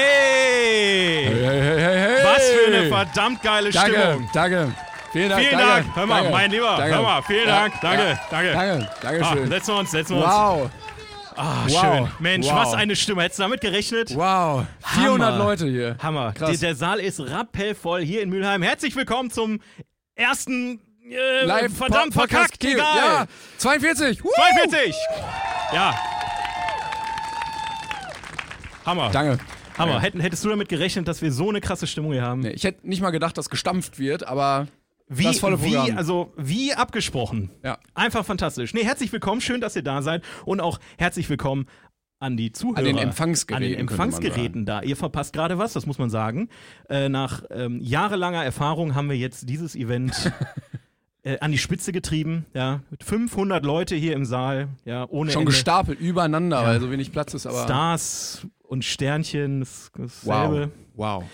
Hey! Hey, hey, hey, hey. Was für eine verdammt geile Danke, Stimmung. danke. Vielen Dank. Vielen danke, Dank. Hör mal, danke, mein Lieber. danke. Hör mal, vielen Ja, Dank. Danke, ja, danke. Danke, danke Ah, schön. setzen wir uns, setzen wir uns. Wow, Ah, wow, schön. Mensch, wow. was eine Stimme. Hättest du damit gerechnet? wow. 400 Hammer. Leute hier. Hammer. Krass. Der, der Saal ist rappelvoll hier in Mülheim. Herzlich willkommen zum ersten äh, Live verdammt Po- Podcast verkackt. Kiel. Digga. Ja, ja. 42. Woo! 42. Ja. Hammer. Danke. Hammer. Hätten, hättest du damit gerechnet, dass wir so eine krasse Stimmung hier haben? Nee, Ich hätte nicht mal gedacht, dass gestampft wird, aber Wie, das volle wie, Programm. also, wie abgesprochen. ja. Einfach fantastisch. Nee, herzlich willkommen, schön, dass ihr da seid und auch herzlich willkommen an die Zuhörer. An den Empfangsgeräten, An den könnte man Empfangsgeräten da. Ihr verpasst gerade was, das muss man sagen. Äh, nach ähm, jahrelanger Erfahrung haben wir jetzt dieses Event äh, an die Spitze getrieben. Ja, mit 500 Leute hier im Saal, ja, ohne Schon Ende. gestapelt übereinander, weil so wenig Platz ist, aber Stars und Sternchen, das, dasselbe. wow. Wow.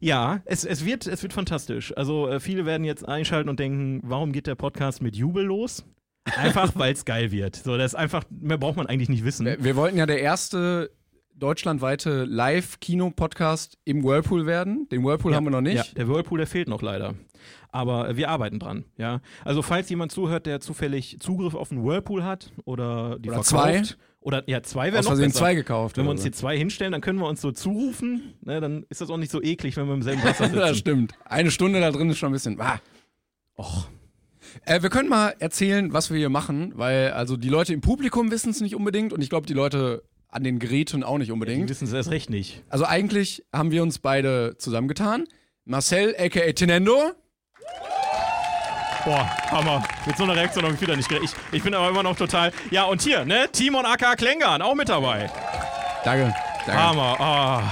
Ja, es, es, wird, es wird fantastisch. Also äh, viele werden jetzt einschalten und denken, warum geht der Podcast mit Jubel los? Einfach, weil es geil wird. So, das ist einfach, mehr braucht man eigentlich nicht wissen. Äh, Wir wollten ja der erste deutschlandweite Live-Kino-Podcast im Whirlpool werden. Den Whirlpool haben wir noch nicht. Ja, der Whirlpool, der fehlt noch leider. Aber äh, wir arbeiten dran, ja. Also falls jemand zuhört, der zufällig Zugriff auf einen Whirlpool hat oder die Oder verkauft. Oder ja, zwei wäre Aus noch Versehen besser. zwei gekauft. also. wenn wir oder uns so. hier zwei hinstellen, dann können wir uns so zurufen. Ne, dann ist das auch nicht so eklig, wenn wir im selben Wasser das sitzen. stimmt. Eine Stunde da drin ist schon ein bisschen. Ah. Och, Äh, wir können mal erzählen, was wir hier machen, weil also die Leute im Publikum wissen es nicht unbedingt und ich glaube, die Leute an den Geräten auch nicht die unbedingt. wissen es erst recht nicht. Also eigentlich haben wir uns beide zusammengetan. Marcel, a.k.a. Tenendo. Boah, Hammer. Mit so einer Reaktion habe ich wieder nicht gerechnet. Ich, ich bin aber immer noch total. Ja, und hier, ne? Timon Aka Klängern, auch mit dabei. Danke. Danke. Hammer. Ah.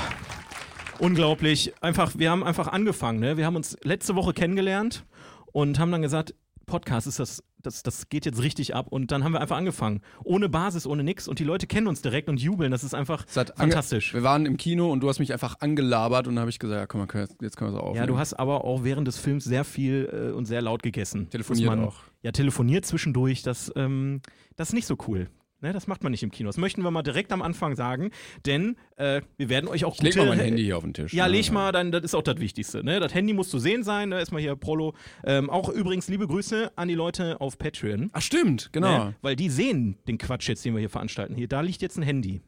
Unglaublich. Einfach, wir haben einfach angefangen, ne? Wir haben uns letzte Woche kennengelernt und haben dann gesagt, Podcast ist das, das, das geht jetzt richtig ab. Und dann haben wir einfach angefangen. Ohne Basis, ohne nix. Und die Leute kennen uns direkt und jubeln. Das ist einfach Es hat ange- fantastisch. Ah, Wir waren im Kino und du hast mich einfach angelabert und dann habe ich gesagt, ja, komm, mal, können wir- jetzt können wir so aufnehmen. Ja, du hast aber auch während des Films sehr viel äh, und sehr laut gegessen. Telefoniert Muss man, auch. Ja, telefoniert zwischendurch, das, ähm, das ist nicht so cool. Ne, das macht man nicht im Kino. Das möchten wir mal direkt am Anfang sagen, denn äh, wir werden euch auch Ich leg gute mal mein Handy hier auf den Tisch. ja, ne? leg mal, dann, das ist auch das Wichtigste. Ne? Das Handy muss zu sehen sein, ne? erstmal hier Prolo. Ähm, auch übrigens liebe Grüße an die Leute auf Patreon. Ach, stimmt, genau. Ne? Weil die sehen den Quatsch jetzt, den wir hier veranstalten. Hier, da liegt jetzt ein Handy.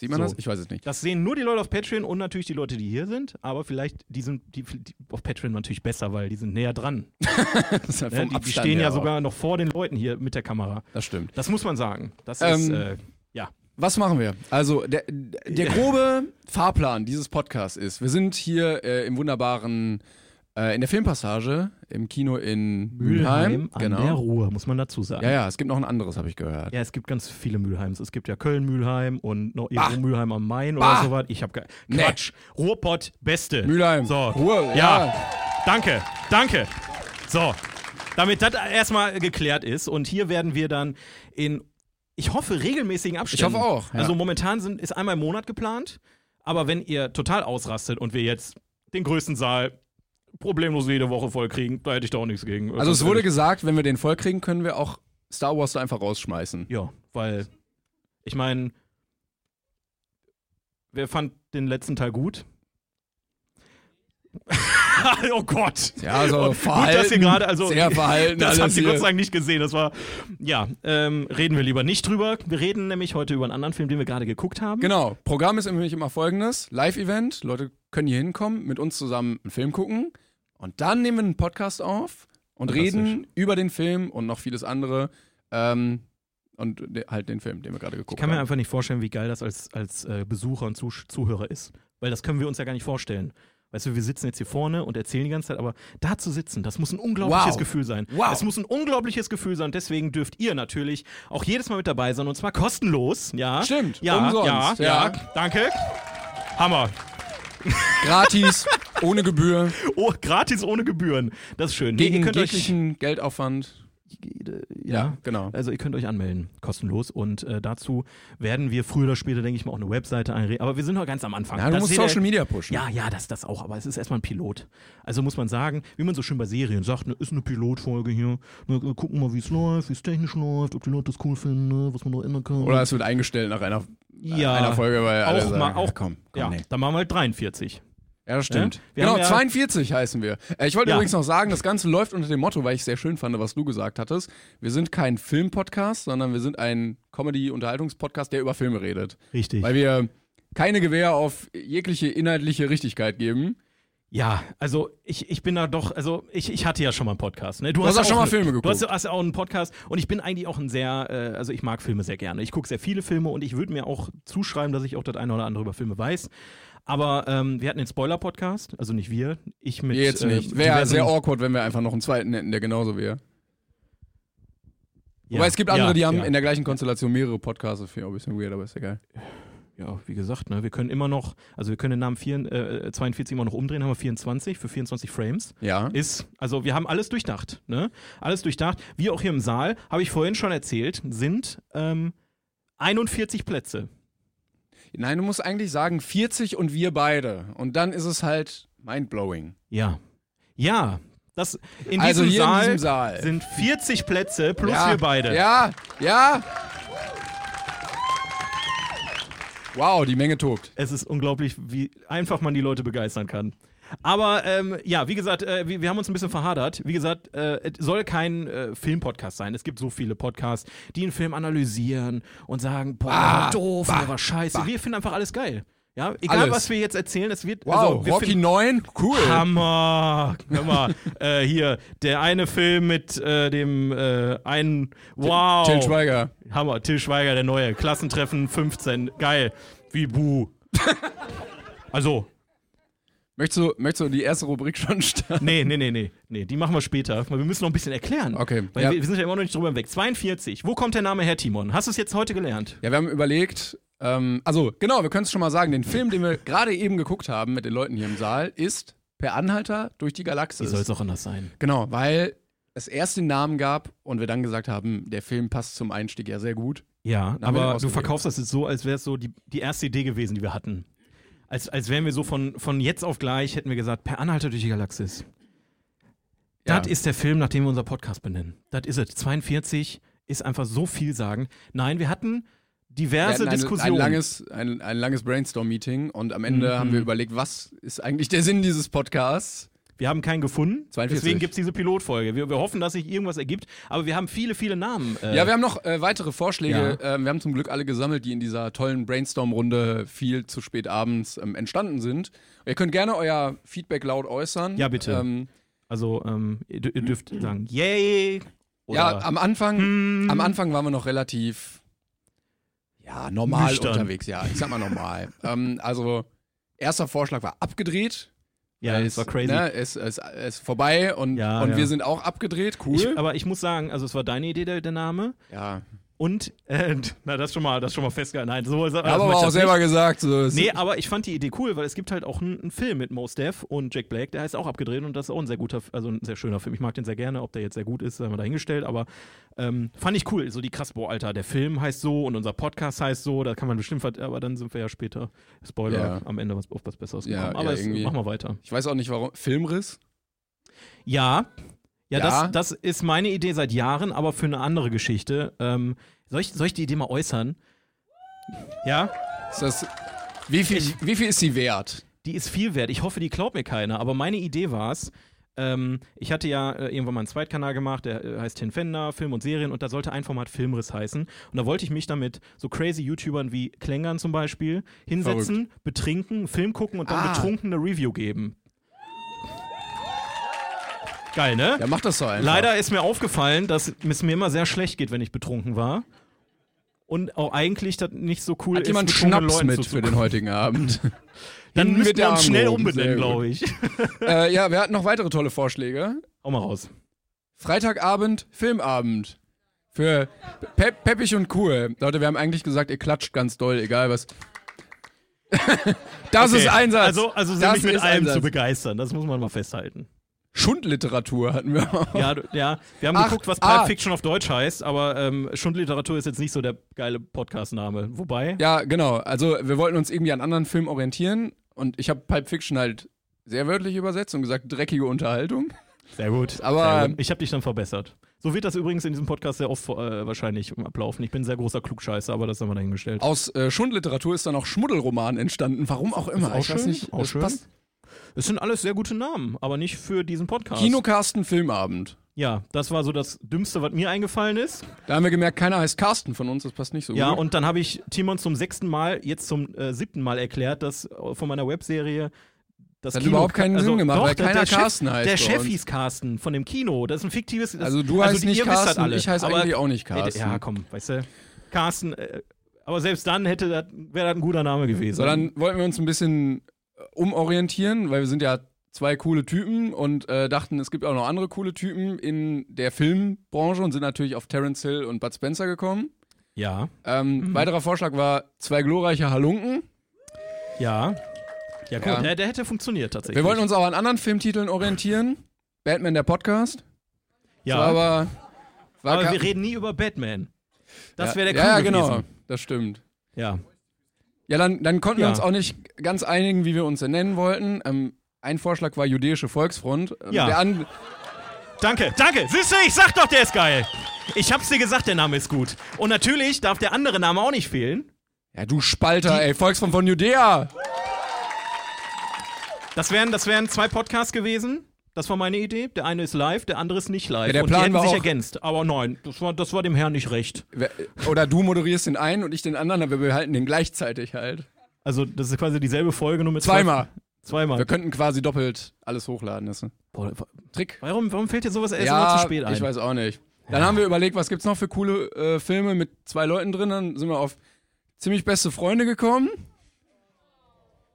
Sieht man So. das? Ich weiß es nicht. Das sehen nur die Leute auf Patreon und natürlich die Leute, die hier sind. Aber vielleicht, die sind die, die auf Patreon natürlich besser, weil die sind näher dran. Das ist halt Ne? Die, vom die Abstand stehen ja her sogar noch vor den Leuten hier mit der Kamera. Auch. Das stimmt. Das muss man sagen. Das Ähm, ist, äh, ja. Was machen wir? Also, der, der grobe Fahrplan dieses Podcasts ist, wir sind hier äh, im wunderbaren, äh, in der Filmpassage, im Kino in Mülheim. an der Genau. Ruhr, muss man dazu sagen. Ja, ja, es gibt noch ein anderes, habe ich gehört. Ja, es gibt ganz viele Mülheims. Es gibt ja Köln-Mülheim und noch irgendwo Bah. Mülheim am Main Bah. oder sowas. Ich hab ge- Nee. Quatsch. Ruhrpott, beste. Mülheim. So. Ruhe, Ja. ja. Danke. Danke. So. Damit das erstmal geklärt ist und hier werden wir dann in ich hoffe regelmäßigen Abständen. Ich hoffe auch, ja. Also momentan sind ist einmal im Monat geplant, aber wenn ihr total ausrastet und wir jetzt den größten Saal problemlos jede Woche vollkriegen, da hätte ich da auch nichts gegen. Also, es wurde gesagt, wenn wir den voll kriegen, können wir auch Star Wars da einfach rausschmeißen. Ja, weil ich meine, wer fand den letzten Teil gut? oh Gott. Ja, also, verhalten. Gut, dass ihr gerade, also sehr verhalten. das habt alles ihr Gott hier. sei Dank nicht gesehen. Das war, ja, ähm, reden wir lieber nicht drüber. Wir reden nämlich heute über einen anderen Film, den wir gerade geguckt haben. Genau, Programm ist nämlich immer folgendes: Live-Event, Leute können hier hinkommen, mit uns zusammen einen Film gucken und dann nehmen wir einen Podcast auf und Fantastisch. reden über den Film und noch vieles andere ähm, und de halt den Film, den wir gerade Ich geguckt kann mir haben. einfach nicht vorstellen, wie geil das als, als äh, Besucher und Zuh Zuhörer ist. Weil das können wir uns ja gar nicht vorstellen. Weißt du, wir sitzen jetzt hier vorne und erzählen die ganze Zeit, aber da zu sitzen, das muss ein unglaubliches Wow. Gefühl sein. Wow. Das muss ein unglaubliches Gefühl sein. Deswegen dürft ihr natürlich auch jedes Mal mit dabei sein und zwar kostenlos. Ja. Stimmt, Ja, umsonst, ja, ja. ja. Danke. Hammer. Gratis, ohne Gebühr, Oh, gratis ohne Gebühren. Das ist schön. Nee, ihr gegen könnt euch, jeglichen Geldaufwand. ja, genau. Also ihr könnt euch anmelden, kostenlos. Und äh, dazu werden wir früher oder später, denke ich mal, auch eine Webseite einrichten. Aber wir sind noch ganz am Anfang. Ja, du Das musst seht ihr- Social Media pushen. Ja, ja, das, das auch, aber es ist erstmal ein Pilot. Also muss man sagen, wie man so schön bei Serien sagt, ne, ist eine Pilotfolge hier. Ne, wir gucken mal, wie es läuft, wie es technisch läuft, ob die Leute das cool finden, ne, was man noch ändern kann. Oder es wird eingestellt nach einer Ja. einer Folge, weil alle Auch sagen, mal, auch, komm, komm ja, nee. dann machen wir halt 43. Ja, das stimmt. Ne? Wir Genau, haben ja- 42 heißen wir. Äh, ich wollte Ja. übrigens noch sagen, das Ganze läuft unter dem Motto, weil ich sehr schön fand, was du gesagt hattest. Wir sind kein Film-Podcast, sondern wir sind ein Comedy-Unterhaltungspodcast, der über Filme redet. Richtig. Weil wir keine Gewähr auf jegliche inhaltliche Richtigkeit geben. Ja, also ich, ich bin da doch, also ich, ich hatte ja schon mal einen Podcast. Ne? Du, hast ja auch schon mal eine- Filme Du hast, geguckt. hast ja auch einen Podcast und ich bin eigentlich auch ein sehr, äh, also ich mag Filme sehr gerne. Ich gucke sehr viele Filme und ich würde mir auch zuschreiben, dass ich auch das eine oder andere über Filme weiß. Aber ähm, wir hatten den Spoiler-Podcast, also nicht wir, ich mit. äh, Wir jetzt nicht. Wäre diversen- sehr awkward, wenn wir einfach noch einen zweiten hätten, der genauso wäre. Ja, Wobei es gibt andere, ja, die haben ja. in der gleichen Konstellation mehrere Podcasts. Finde ich auch ein bisschen weird, aber ist egal. Ja, wie gesagt, ne, wir können immer noch, also wir können den Namen vier, äh, 42 immer noch umdrehen, haben wir 24 für 24 Frames. Ja. ist, also wir haben alles durchdacht, ne? Alles durchdacht. Wir auch hier im Saal, habe ich vorhin schon erzählt, sind ähm, 41 Plätze. Nein, du musst eigentlich sagen 40 und wir beide. Und dann ist es halt mindblowing. Ja. Ja. Das, in, Also diesem hier in Saal diesem Saal. sind 40 Plätze plus ja, wir beide. Ja, ja. Wow, die Menge tobt. Es ist unglaublich, wie einfach man die Leute begeistern kann. Aber ähm, ja, wie gesagt, äh, wir, wir haben uns ein bisschen verhadert. Wie gesagt, äh, es soll kein äh, Filmpodcast sein. Es gibt so viele Podcasts, die einen Film analysieren und sagen, boah, der war doof, der war scheiße. Wir finden einfach alles geil. Ja, egal Alles. was wir jetzt erzählen, es wird Wow, also, wir Rocky finden- 9, cool. Hammer, Hör mal, äh, hier der eine Film mit äh, dem äh, einen Wow, Till Schweiger. Hammer, Till Schweiger, der neue. Klassentreffen 15. Geil. Wie Bu. also, Möchtest du, möchtest du die erste Rubrik schon starten? nee, nee, nee, nee, nee. Die machen wir später. weil Wir müssen noch ein bisschen erklären. Okay, Weil ja. wir, wir sind ja immer noch nicht drüber hinweg. 42. Wo kommt der Name her, Timon? Hast du es jetzt heute gelernt? Ja, wir haben überlegt, ähm, also genau, wir können es schon mal sagen, den Film, den wir gerade eben geguckt haben mit den Leuten hier im Saal, ist Per Anhalter durch die Wie Galaxis. soll es auch anders sein? Genau, weil es erst den Namen gab und wir dann gesagt haben, der Film passt zum Einstieg ja sehr gut. Ja, haben wir den aber du ausgewählt. verkaufst das jetzt so, als wäre es so die, die erste Idee gewesen, die wir hatten. Als, als wären wir so von, von jetzt auf gleich, hätten wir gesagt, per Anhalter durch die Galaxis. Ja. Das ist der Film, nach dem wir unser Podcast benennen. Das ist es. 42 ist einfach so viel sagen. Nein, wir hatten Wir diverse hatten ein, Diskussionen. ein langes, ein, ein langes Brainstorm-Meeting und am Ende Mhm. haben wir überlegt, was ist eigentlich der Sinn dieses Podcasts? wir haben keinen gefunden. 42. Deswegen gibt es diese Pilotfolge. Wir, wir hoffen, dass sich irgendwas ergibt, aber wir haben viele, viele Namen. äh, Ja, wir haben noch äh, weitere Vorschläge. Ähm, wir haben zum Glück alle gesammelt, die in dieser tollen Brainstorm-Runde viel zu spät abends ähm, entstanden sind. Ihr könnt gerne euer Feedback laut äußern. Ja, bitte. Ähm, also, ähm, ihr, dür- ihr dürft sagen, yay! Oder ja, am Anfang, Hm. am Anfang waren wir noch relativ ja, normal Nüchtern. unterwegs. Ja, ich sag mal normal. ähm, also, erster Vorschlag war abgedreht. ja, Weil das war es, crazy. Ne, es, es, es ist vorbei und, Ja, und ja. wir sind auch abgedreht. Cool. Ich, aber ich muss sagen, also es war deine Idee, der, der Name. ja. Und, äh, na, das schon mal, das schon mal festgehalten. Nein, so, so, Haben aber auch selber gesagt. So, es- Nee, aber ich fand die Idee cool, weil es gibt halt auch einen, einen Film mit Mos Def und Jack Black, der heißt auch abgedreht und das ist auch ein sehr guter, also ein sehr schöner Film. Ich mag den sehr gerne, ob der jetzt sehr gut ist, sei mal dahingestellt, aber ähm, fand ich cool. So die krass, boah, Alter, der Film heißt so und unser Podcast heißt so, da kann man bestimmt, was- aber dann sind wir ja später, Spoiler, Ja. am Ende was, auf was Besseres Ja, gekommen. ja, Aber es, irgendwie. machen wir weiter. Ich weiß auch nicht warum. Filmriss? Ja, ja, Ja. Das, das ist meine Idee seit Jahren, aber für eine andere Geschichte. Ähm, soll, ich, soll ich die Idee mal äußern? Ja, Ist das, wie, viel, wie viel ist sie wert? die ist viel wert. Ich hoffe, die glaubt mir keiner, aber meine Idee war es. Ähm, ich hatte ja äh, irgendwann mal einen Zweitkanal gemacht, der äh, heißt Tin Fender, Film und Serien und da sollte ein Format Filmriss heißen. Und da wollte ich mich damit so crazy YouTubern wie Klängern zum Beispiel hinsetzen, betrinken, Film gucken und dann Ah. betrunken eine Review geben. Geil, ne? Ja, mach das doch einfach. Leider ist mir aufgefallen, dass es mir immer sehr schlecht geht, wenn ich betrunken war. Und auch eigentlich das nicht so cool Hat ist, jemand betrunkenen Schnaps Leuten mit für den zuzugucken. heutigen Abend? Dann Hin müssen mit wir der uns schnell Armut. Sehr umbenennen, gut. glaube ich. äh, ja, wir hatten noch weitere tolle Vorschläge. Hau mal raus. Freitagabend, Filmabend. Für pe peppig und cool. Leute, wir haben eigentlich gesagt, ihr klatscht ganz doll, egal was. das Okay. ist Einsatz. Also, also sind Das mich mit ist allem Einsatz. zu begeistern, das muss man mal festhalten. Schundliteratur hatten wir auch. Ja, du- ja. wir haben Oh. Ach, geguckt, was ah. Pulp Fiction auf Deutsch heißt, aber ähm, Schundliteratur ist jetzt nicht so der geile Podcast-Name. Wobei, Ja, genau. Also wir wollten uns irgendwie an anderen Filmen orientieren und ich habe Pulp Fiction halt sehr wörtlich übersetzt und gesagt, dreckige Unterhaltung. sehr gut. Aber- sehr gut. Ich habe dich dann verbessert. So wird das übrigens in diesem Podcast sehr oft äh, wahrscheinlich ablaufen. Ich bin ein sehr großer Klugscheißer, aber das haben wir dahingestellt. Aus äh, Schundliteratur ist dann auch Schmuddelroman entstanden, warum auch immer. Ist auch ich weiß schön, nicht, auch das schön. passt. Es sind alles sehr gute Namen, aber nicht für diesen Podcast. Kinokasten Filmabend. Ja, das war so das Dümmste, was mir eingefallen ist. Da haben wir gemerkt, keiner heißt Carsten von uns, das passt nicht so Ja, gut. und dann habe ich Timon zum sechsten Mal, jetzt zum äh, siebten Mal erklärt, dass äh, von meiner Webserie das Hat Kino, überhaupt keinen also, Sinn gemacht, doch, weil der- keiner der Chef, Carsten heißt Der bei Chef uns. hieß Carsten von dem Kino. Das ist ein fiktives. Das, also du heißt nicht ihr wisst das Carsten, alle, ich heiß aber- eigentlich auch nicht Nee, Carsten. Ja, komm, weißt du. Carsten, äh, aber selbst dann hätte das- wäre das ein guter Name gewesen. so, dann wollten wir uns ein bisschen äh, umorientieren, weil wir sind ja zwei coole Typen und äh, dachten, es gibt auch noch andere coole Typen in der Filmbranche und sind natürlich auf Terence Hill und Bud Spencer gekommen. ja, Mhm. Ähm, Weiterer Vorschlag war zwei glorreiche Halunken. ja. Ja, gut, Ja. Der, der hätte funktioniert tatsächlich. Wir wollten uns auch an anderen Filmtiteln orientieren. Batman der Podcast. ja, So, aber, aber war ka- wir reden nie über Batman. Das ja, wäre der Clou Ja, ja, gewesen. genau, das stimmt. Ja, Ja, dann, dann konnten wir Ja. uns auch nicht ganz einigen, wie wir uns denn nennen wollten. Ähm, ein Vorschlag war Jüdische Volksfront. Ähm, Ja. Der an Danke, danke. Siehst du, ich sag doch, der ist geil. Ich hab's dir gesagt, der Name ist gut. Und natürlich darf der andere Name auch nicht fehlen. ja, du Spalter, ey, Volksfront von Judäa. Das wären, das wären zwei Podcasts gewesen. Das war meine Idee. Der eine ist live, der andere ist nicht live. Ja, der Und Plan die hätten war sich auch- ergänzt. Aber nein, das war, das war dem Herrn nicht recht. Wer- Oder du moderierst den einen und ich den anderen, aber wir behalten den gleichzeitig halt. Also, das ist quasi dieselbe Folge, nur mit zwei- Zweimal. Zweimal. Wir könnten quasi doppelt alles hochladen. Das ist ein Boah, Trick. warum, warum fällt dir sowas erst ja, immer zu spät ein? ich weiß auch nicht. Dann haben wir überlegt, was gibt's noch für coole äh, Filme mit zwei Leuten drin. Dann sind wir auf ziemlich beste Freunde gekommen.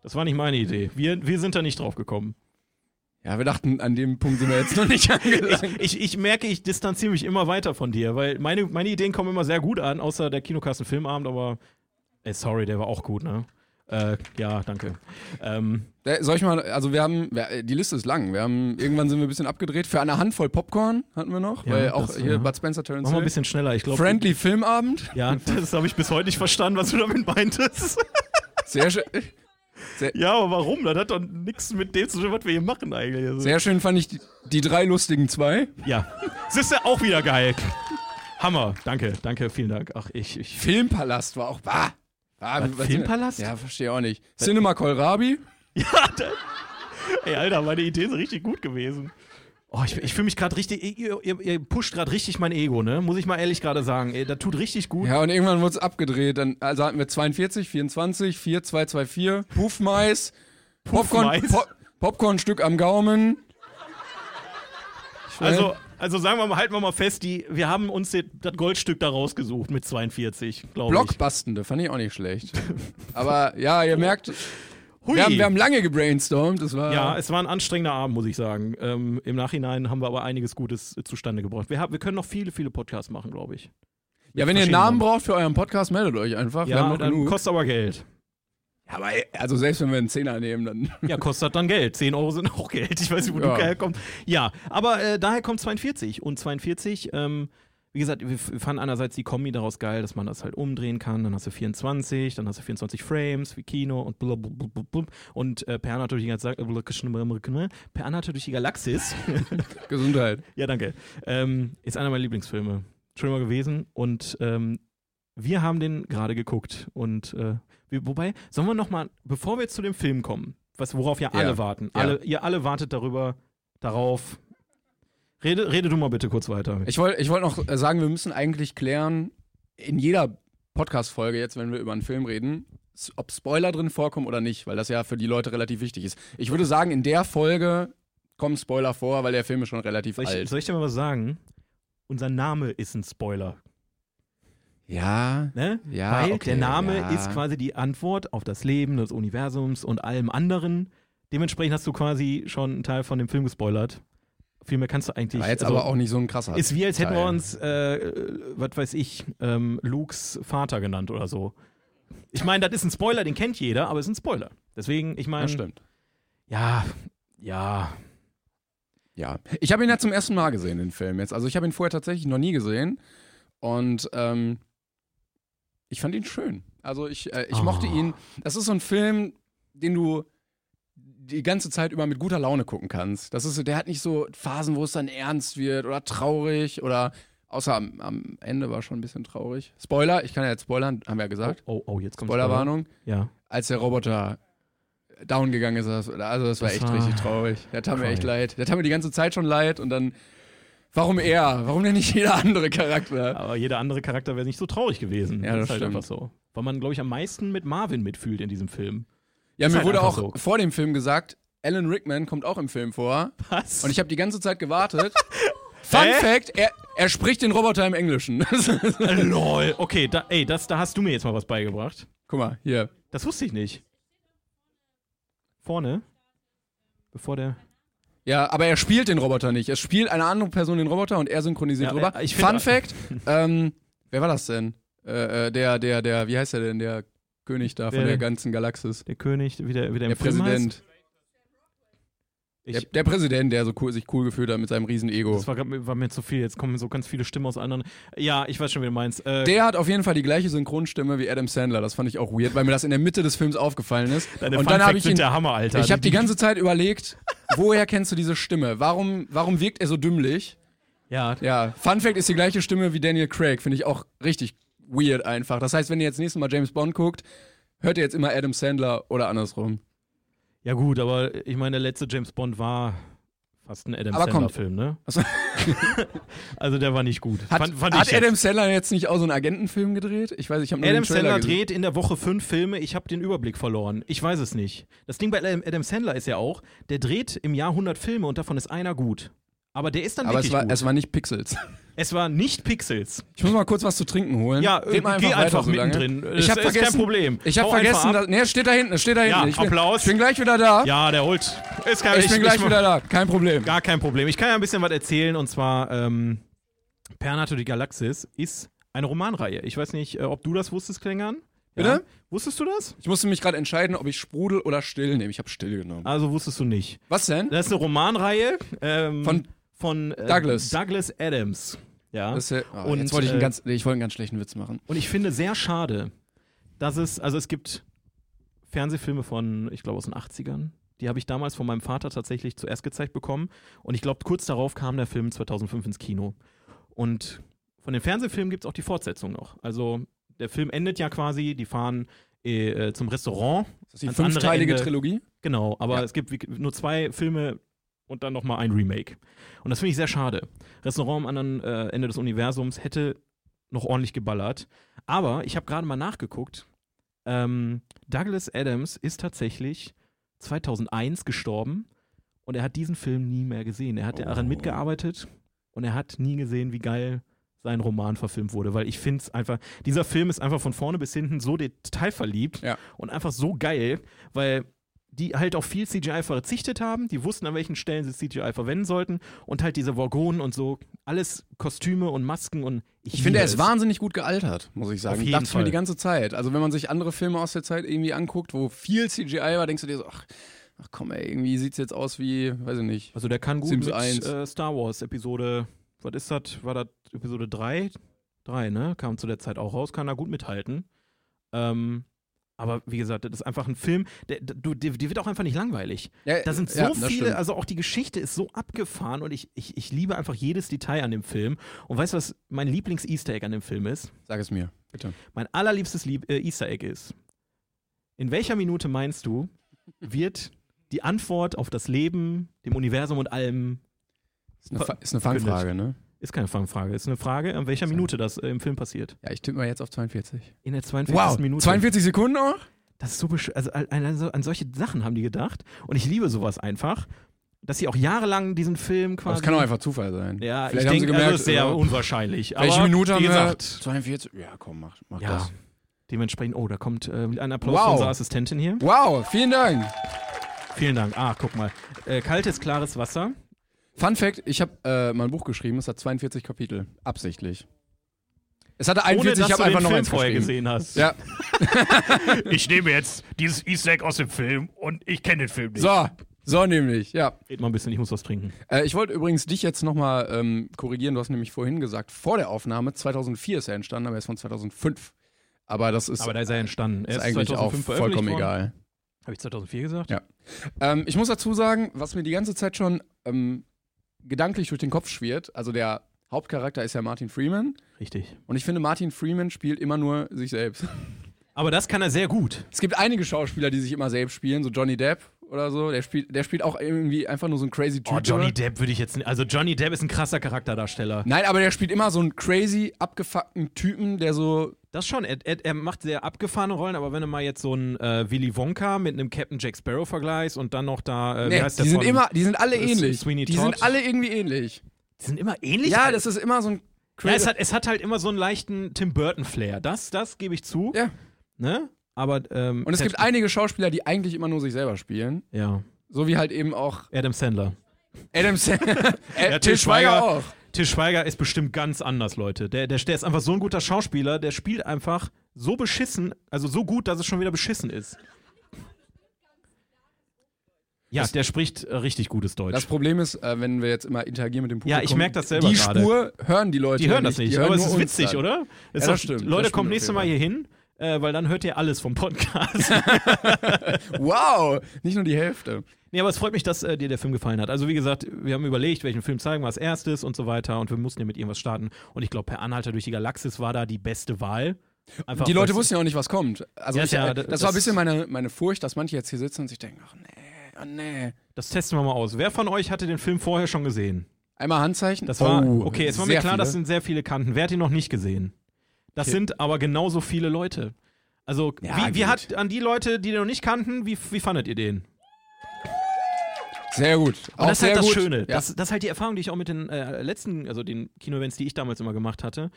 Das war nicht meine Idee. Wir, wir sind da nicht drauf gekommen. Ja, wir dachten, an dem Punkt sind wir jetzt noch nicht angelangt. Ich, ich merke, ich distanziere mich immer weiter von dir, weil meine, meine Ideen kommen immer sehr gut an, außer der Kinokasten Filmabend, aber ey, sorry, der war auch gut, ne? Äh, ja, danke. Ähm, Äh, Soll ich mal, also wir haben, wir- äh, die Liste ist lang. Wir haben, irgendwann sind wir ein bisschen abgedreht. Für eine Handvoll Popcorn hatten wir noch, Ja, weil auch das, hier ja. Bud Spencer Terrence mach mal ein Hill. bisschen schneller, ich glaube. Friendly Filmabend. Ja, das habe ich bis heute nicht verstanden, was du damit meintest. Sehr, schön, Ja, aber warum? Das hat doch nichts mit dem zu tun, was wir hier machen eigentlich. Also, sehr schön fand ich die, die drei lustigen zwei. ja. Das ist ja auch wieder geil. Hammer. Danke, danke, vielen Dank. Ach, ich, ich Filmpalast war auch, bah. bah was sind- Filmpalast? Ja, verstehe auch nicht. Cinema Kohlrabi. Ja, da, ey, Alter, meine Ideen sind richtig gut gewesen. Oh, ich, ich fühle mich gerade richtig, ihr, ihr, ihr pusht gerade richtig mein Ego, ne? Muss ich mal ehrlich gerade sagen. Ey, das tut richtig gut. Ja, und irgendwann wurde es abgedreht. Dann, also hatten wir 42, 24, 4, 2, 2, 4, Puffmais, Popcorn, Puffmais. Pop, Popcornstück am Gaumen. Ich weiß- also, also sagen wir mal, halten wir mal fest, die, wir haben uns den- das Goldstück da rausgesucht mit 42, glaube ich. Blockbastende fand ich auch nicht schlecht. Aber ja, Oh, ihr merkt, Hui. wir haben, wir haben lange gebrainstormt. Das war ja, es war ein anstrengender Abend, muss ich sagen. Ähm, Im Nachhinein haben wir aber einiges Gutes äh, zustande gebracht. Wir, haben, wir können noch viele, viele Podcasts machen, glaube ich. ja, wenn ihr einen verschiedene Namen braucht für euren Podcast, meldet euch einfach. wir haben Ja, noch dann genug. kostet aber Geld. Ja, aber ey, also selbst wenn wir einen Zehner nehmen, dann. Ja, kostet dann Geld. 10 Euro sind auch Geld. Ich weiß nicht, wo Ja. du herkommst. Ja, aber äh, daher kommt 42. Und 42, ähm, wie gesagt, wir f- wir fanden einerseits die Kombi daraus geil, dass man das halt umdrehen kann. Dann hast du 24, dann hast du 24 Frames wie Kino und blablabla. Und äh, Per natürlich die ganze Zeit, Per natürlich die Galaxis. Gesundheit. Ja, danke. Ähm, ist einer meiner Lieblingsfilme. Schon immer gewesen. Und ähm, wir haben den gerade geguckt. Und äh, wir, wobei, sollen wir nochmal, bevor wir jetzt zu dem Film kommen, was, worauf ja alle Ja. warten, Ja. alle, ihr alle wartet darüber, darauf. Rede, rede du mal bitte kurz weiter. Ich wollte ich wollt noch äh, sagen, wir müssen eigentlich klären, in jeder Podcast-Folge jetzt, wenn wir über einen Film reden, s- ob Spoiler drin vorkommen oder nicht, weil das ja für die Leute relativ wichtig ist. Ich würde sagen, in der Folge kommen Spoiler vor, weil der Film ist schon relativ soll, ich alt. soll ich dir mal was sagen? Unser Name ist ein Spoiler. Ja. Ne? Ja, Weil okay, der Name ja. ist quasi die Antwort auf das Leben des Universums und allem anderen. Dementsprechend hast du quasi schon einen Teil von dem Film gespoilert. Viel mehr kannst du eigentlich. War jetzt also, aber auch nicht so ein krasser. Ist wie, als hätten wir Teil. uns, äh, äh, was weiß ich, ähm, Lukes Vater genannt oder so. Ich meine, das ist ein Spoiler, den kennt jeder, aber es ist ein Spoiler. Deswegen, ich Das meine, stimmt. ja, ja, Ja. Ich habe ihn ja zum ersten Mal gesehen, den Film jetzt. Also ich habe ihn vorher tatsächlich noch nie gesehen. Und ähm, ich fand ihn schön. Also ich, äh, ich Oh. mochte ihn. Das ist so ein Film, den du, die ganze Zeit über mit guter Laune gucken kannst. Das ist, so- der hat nicht so Phasen, wo es dann ernst wird oder traurig oder außer am, am Ende war schon ein bisschen traurig. Spoiler, ich kann ja jetzt spoilern, haben wir ja gesagt. Oh, oh, jetzt kommt Spoilerwarnung. Ja. Als der Roboter down gegangen ist, das- also das war Das echt war- richtig traurig. Der tat mir echt Cry. leid. Der tat mir die ganze Zeit schon leid und dann warum er? Warum denn nicht jeder andere Charakter? Aber jeder andere Charakter wäre nicht so traurig gewesen. Ja, das ist halt stimmt. einfach so. Weil man, glaube ich, am meisten mit Marvin mitfühlt in diesem Film. Ja, Ist mir halt wurde auch einfach so. vor dem Film gesagt, Alan Rickman kommt auch im Film vor. Was? Und ich habe die ganze Zeit gewartet. Fun Hä? Fact, er, er spricht den Roboter im Englischen. Lol. Okay, da, ey, das, da hast du mir jetzt mal was beigebracht. Guck mal, hier. Das wusste ich nicht. Vorne. Bevor der. Ja, aber er spielt den Roboter nicht. Es spielt eine andere Person den Roboter und er synchronisiert Ja, drüber. äh, ich find- Fun Fact, ähm, wer war das denn? Äh, äh, der, der, der, wie heißt er denn? Der König da von Der- der ganzen Galaxis. Der König, wie der, wie der, im Der Film Präsident. Der, Heißt. Ich, der Präsident, der so cool, sich cool gefühlt hat mit seinem riesen Ego. das war, grad mir- war mir zu viel. Jetzt kommen so ganz viele Stimmen aus anderen. Ja, ich weiß schon, wie du meinst. Äh, Der hat auf jeden Fall die gleiche Synchronstimme wie Adam Sandler. Das fand ich auch weird, weil mir das in der Mitte des Films aufgefallen ist. deine und Fun dann habe Facts ich sind ihn der Hammer, Alter. Ich habe die ganze Zeit überlegt, woher kennst du diese Stimme? Warum, warum wirkt er so dümmlich? Ja, Ja, Fun Fact ist die gleiche Stimme wie Daniel Craig. Finde ich auch richtig weird einfach. Das heißt, wenn ihr jetzt nächstes Mal James Bond guckt, hört ihr jetzt immer Adam Sandler oder andersrum. ja, gut, aber ich meine, der letzte James Bond war fast ein Adam Aber kommt. Sandler-Film, ne? Achso. Also der war nicht gut. Hat, fand, fand hat ich jetzt. Adam Sandler jetzt nicht auch so einen Agentenfilm gedreht? Ich weiß, ich habe nur Adam den Trailer Sandler gesehen. dreht in der Woche fünf Filme, ich habe den Überblick verloren. Ich weiß es nicht. Das Ding bei Adam Adam Sandler ist ja auch, der dreht im Jahr 100 Filme und davon ist einer gut. Aber der ist dann Aber wirklich es war, gut. es war nicht Pixels. Es war nicht Pixels. Ich muss mal kurz was zu trinken holen. Ja, Red mal geh weiter einfach so lange. mittendrin. Ich Es habe ist kein vergessen. Problem. Ich habe Hau einfach vergessen, ab. dass, nee, es steht da hinten, es steht da hinten. Ja, ich bin, Applaus. Ich bin gleich wieder da. Ja, der holt. Ist kein, ich bin gleich ich, wieder da. Kein Problem. Gar kein Problem. Ich kann ja ein bisschen was erzählen und zwar ähm, Pernato die Galaxis ist eine Romanreihe. Ich weiß nicht, äh, ob du das wusstest, Klängern. Ja. Bitte? Wusstest du das? Ich musste mich gerade entscheiden, ob ich Sprudel oder Still nehme. Ich habe Still genommen. Also wusstest du nicht. Was denn? Das ist eine Romanreihe ähm, Von- von äh, Douglas. Douglas Adams. Ja. Das ist ja, oh, Und, jetzt wollte ich, äh, einen ganz, nee, ich wollte einen ganz schlechten Witz machen. Und ich finde sehr schade, dass es, also es gibt Fernsehfilme von, ich glaube, aus den 80ern. Die habe ich damals von meinem Vater tatsächlich zuerst gezeigt bekommen. Und ich glaube, kurz darauf kam der Film 2005 ins Kino. Und von den Fernsehfilmen gibt es auch die Fortsetzung noch. Also der Film endet ja quasi, die fahren äh, äh, zum Restaurant. Ist das die ans andere fünfteilige Ende- Trilogie? Genau, aber Ja. es gibt wie- nur zwei Filme und dann nochmal ein Remake. Und das finde ich sehr schade. Restaurant am anderen äh, Ende des Universums hätte noch ordentlich geballert. Aber ich habe gerade mal nachgeguckt. Ähm, Douglas Adams ist tatsächlich 2001 gestorben und er hat diesen Film nie mehr gesehen. Er hat Oh. daran mitgearbeitet und er hat nie gesehen, wie geil sein Roman verfilmt wurde, weil ich finde es einfach, dieser Film ist einfach von vorne bis hinten so detailverliebt Ja. und einfach so geil, weil die halt auf viel CGI verzichtet haben, die wussten, an welchen Stellen sie CGI verwenden sollten und halt diese Vorgonen und so, alles Kostüme und Masken und ich, Ich liebe finde, er ist wahnsinnig gut gealtert, muss ich sagen. Auf jeden Dachte ich mir Fall. die ganze Zeit. Also, wenn man sich andere Filme aus der Zeit irgendwie anguckt, wo viel CGI war, denkst du dir so, ach, ach komm, ey, irgendwie sieht es jetzt aus wie, weiß ich nicht. Also der kann gut Sims mit 1. äh, Star Wars Episode, was ist das, war das Episode 3? 3, ne? Kam zu der Zeit auch raus, kann da gut mithalten. Ähm, aber wie gesagt, das ist einfach ein Film, der, der, du- dir dir wird auch einfach nicht langweilig. Ja, Da sind so ja, das viele, stimmt. also auch die Geschichte ist so abgefahren und ich, ich, ich liebe einfach jedes Detail an dem Film. Und weißt du, was mein Lieblings-Easter Egg an dem Film ist? Sag es mir, bitte. Mein allerliebstes Lieb äh, Easter Egg ist. In welcher Minute meinst du, wird die Antwort auf das Leben, dem Universum und allem Ist eine, Fa- ist eine Fangfrage, ne? Ist keine Fangfrage, ist eine Frage, an welcher Sorry. Minute das äh, im Film passiert. Ja, ich tippe mal jetzt auf 42. In der 42. Wow, Minute. 42 Sekunden auch? Das ist so besch also, an, an, so- an solche Sachen haben die gedacht und ich liebe sowas einfach, dass sie auch jahrelang diesen Film Aber quasi es kann auch einfach Zufall sein. Ja, Vielleicht ich haben denke, sie gemerkt, also ist sehr oder? unwahrscheinlich, welche aber Minute haben wie wir? gesagt, oh 42? Ja, komm, mach, mach ja. das. Dementsprechend, oh, da kommt äh, ein Applaus Wow. von unserer Assistentin hier. Wow, vielen Dank. Vielen Dank. Ah, guck mal. Äh, kaltes, klares Wasser. Fun Fact: Ich habe äh, mal ein Buch geschrieben, es hat 42 Kapitel. Absichtlich. Es hatte 41, Ohne, ich dass habe du den einfach noch Film eins vorher geschrieben. gesehen hast. Ja, ich nehme jetzt dieses Easter Egg aus dem Film und ich kenne den Film nicht. so, so nämlich, ja. Red mal ein bisschen, ich muss was trinken. Äh, ich wollte übrigens dich jetzt nochmal ähm, korrigieren, du hast nämlich vorhin gesagt, vor der Aufnahme, 2004 ist er entstanden, aber er ist von 2005. Aber das ist, Aber da ist er entstanden. Er ist ist eigentlich auch 2005 veröffentlicht worden. vollkommen egal. Habe ich 2004 gesagt? Ja. Ähm, ich muss dazu sagen, was mir die ganze Zeit schon ähm, gedanklich durch den Kopf schwirrt, also der Hauptcharakter ist ja Martin Freeman Richtig. und ich finde, Martin Freeman spielt immer nur sich selbst. Aber das kann er sehr gut. Es gibt einige Schauspieler, die sich immer selbst spielen, so Johnny Depp oder so, der spielt, der spielt auch irgendwie einfach nur so einen crazy Typ. Oh, Johnny Depp würde ich jetzt nicht. Also Johnny Depp ist ein krasser Charakterdarsteller. Nein, aber der spielt immer so einen crazy, abgefuckten Typen, der so. Das schon. Er, er, er macht sehr abgefahrene Rollen, aber wenn du mal jetzt so einen äh, Willy Wonka mit einem Captain Jack Sparrow vergleichst und dann noch da. Äh, Nee, wie heißt die der sind von- immer, die sind alle Äh, ähnlich. Sweeney die Todd. sind alle irgendwie ähnlich. Die sind immer ähnlich. Ja, das ist immer so ein ja, es, hat, es hat halt immer so einen leichten Tim Burton-Flair. Das, das gebe ich zu. Ja. Ne? Aber. Ähm, Und es gibt Ted- einige Schauspieler, die eigentlich immer nur sich selber spielen. Ja. So wie halt eben auch Adam Sandler. Adam Sandler. Ja, Äh, Til Til Schweiger Schweiger. auch. Til Schweiger ist bestimmt ganz anders, Leute. Der, der, der ist einfach so ein guter Schauspieler, der spielt einfach so beschissen, also so gut, dass es schon wieder beschissen ist. Ja, der spricht äh, richtig gutes Deutsch. Das Problem ist, äh, wenn wir jetzt immer interagieren mit dem Ja, Publikum. ich merk das selber Die gerade. Spur hören die Leute. die hören das nicht, die hören aber es nur ist uns witzig, dann. oder? Ist Ja, das stimmt, das Leute, stimmt kommt auf nächstes jeden Mal Fall. hier hin, äh, weil dann hört ihr alles vom Podcast. Wow, nicht nur die Hälfte. Nee, aber es freut mich, dass äh, dir der Film gefallen hat. Also wie gesagt, wir haben überlegt, welchen Film zeigen wir als erstes und so weiter und wir mussten ja mit irgendwas starten. Und ich glaube, per Anhalter durch die Galaxis war da die beste Wahl. Einfach, Die Leute weil's- wussten ja auch nicht, was kommt. Also Ja, ich, ja, äh, das- das, war das- ein bisschen meine, meine Furcht, dass manche jetzt hier sitzen und sich denken, ach nee, oh nee. Das testen wir mal aus. Wer von euch hatte den Film vorher schon gesehen? Einmal Handzeichen. Das war Oh, okay. Es war mir sehr klar, viele. das sind sehr viele Kanten. Wer hat ihn noch nicht gesehen? Das Okay. sind aber genauso viele Leute. Also Ja, wie, wie geht. hat an die Leute, die den noch nicht kannten, wie, wie fandet ihr den? sehr gut. Und Auch das ist halt sehr das gut. Schöne. Ja. Das, das ist halt die Erfahrung, die ich auch mit den äh, letzten, also den Kino-Events, die ich damals immer gemacht hatte.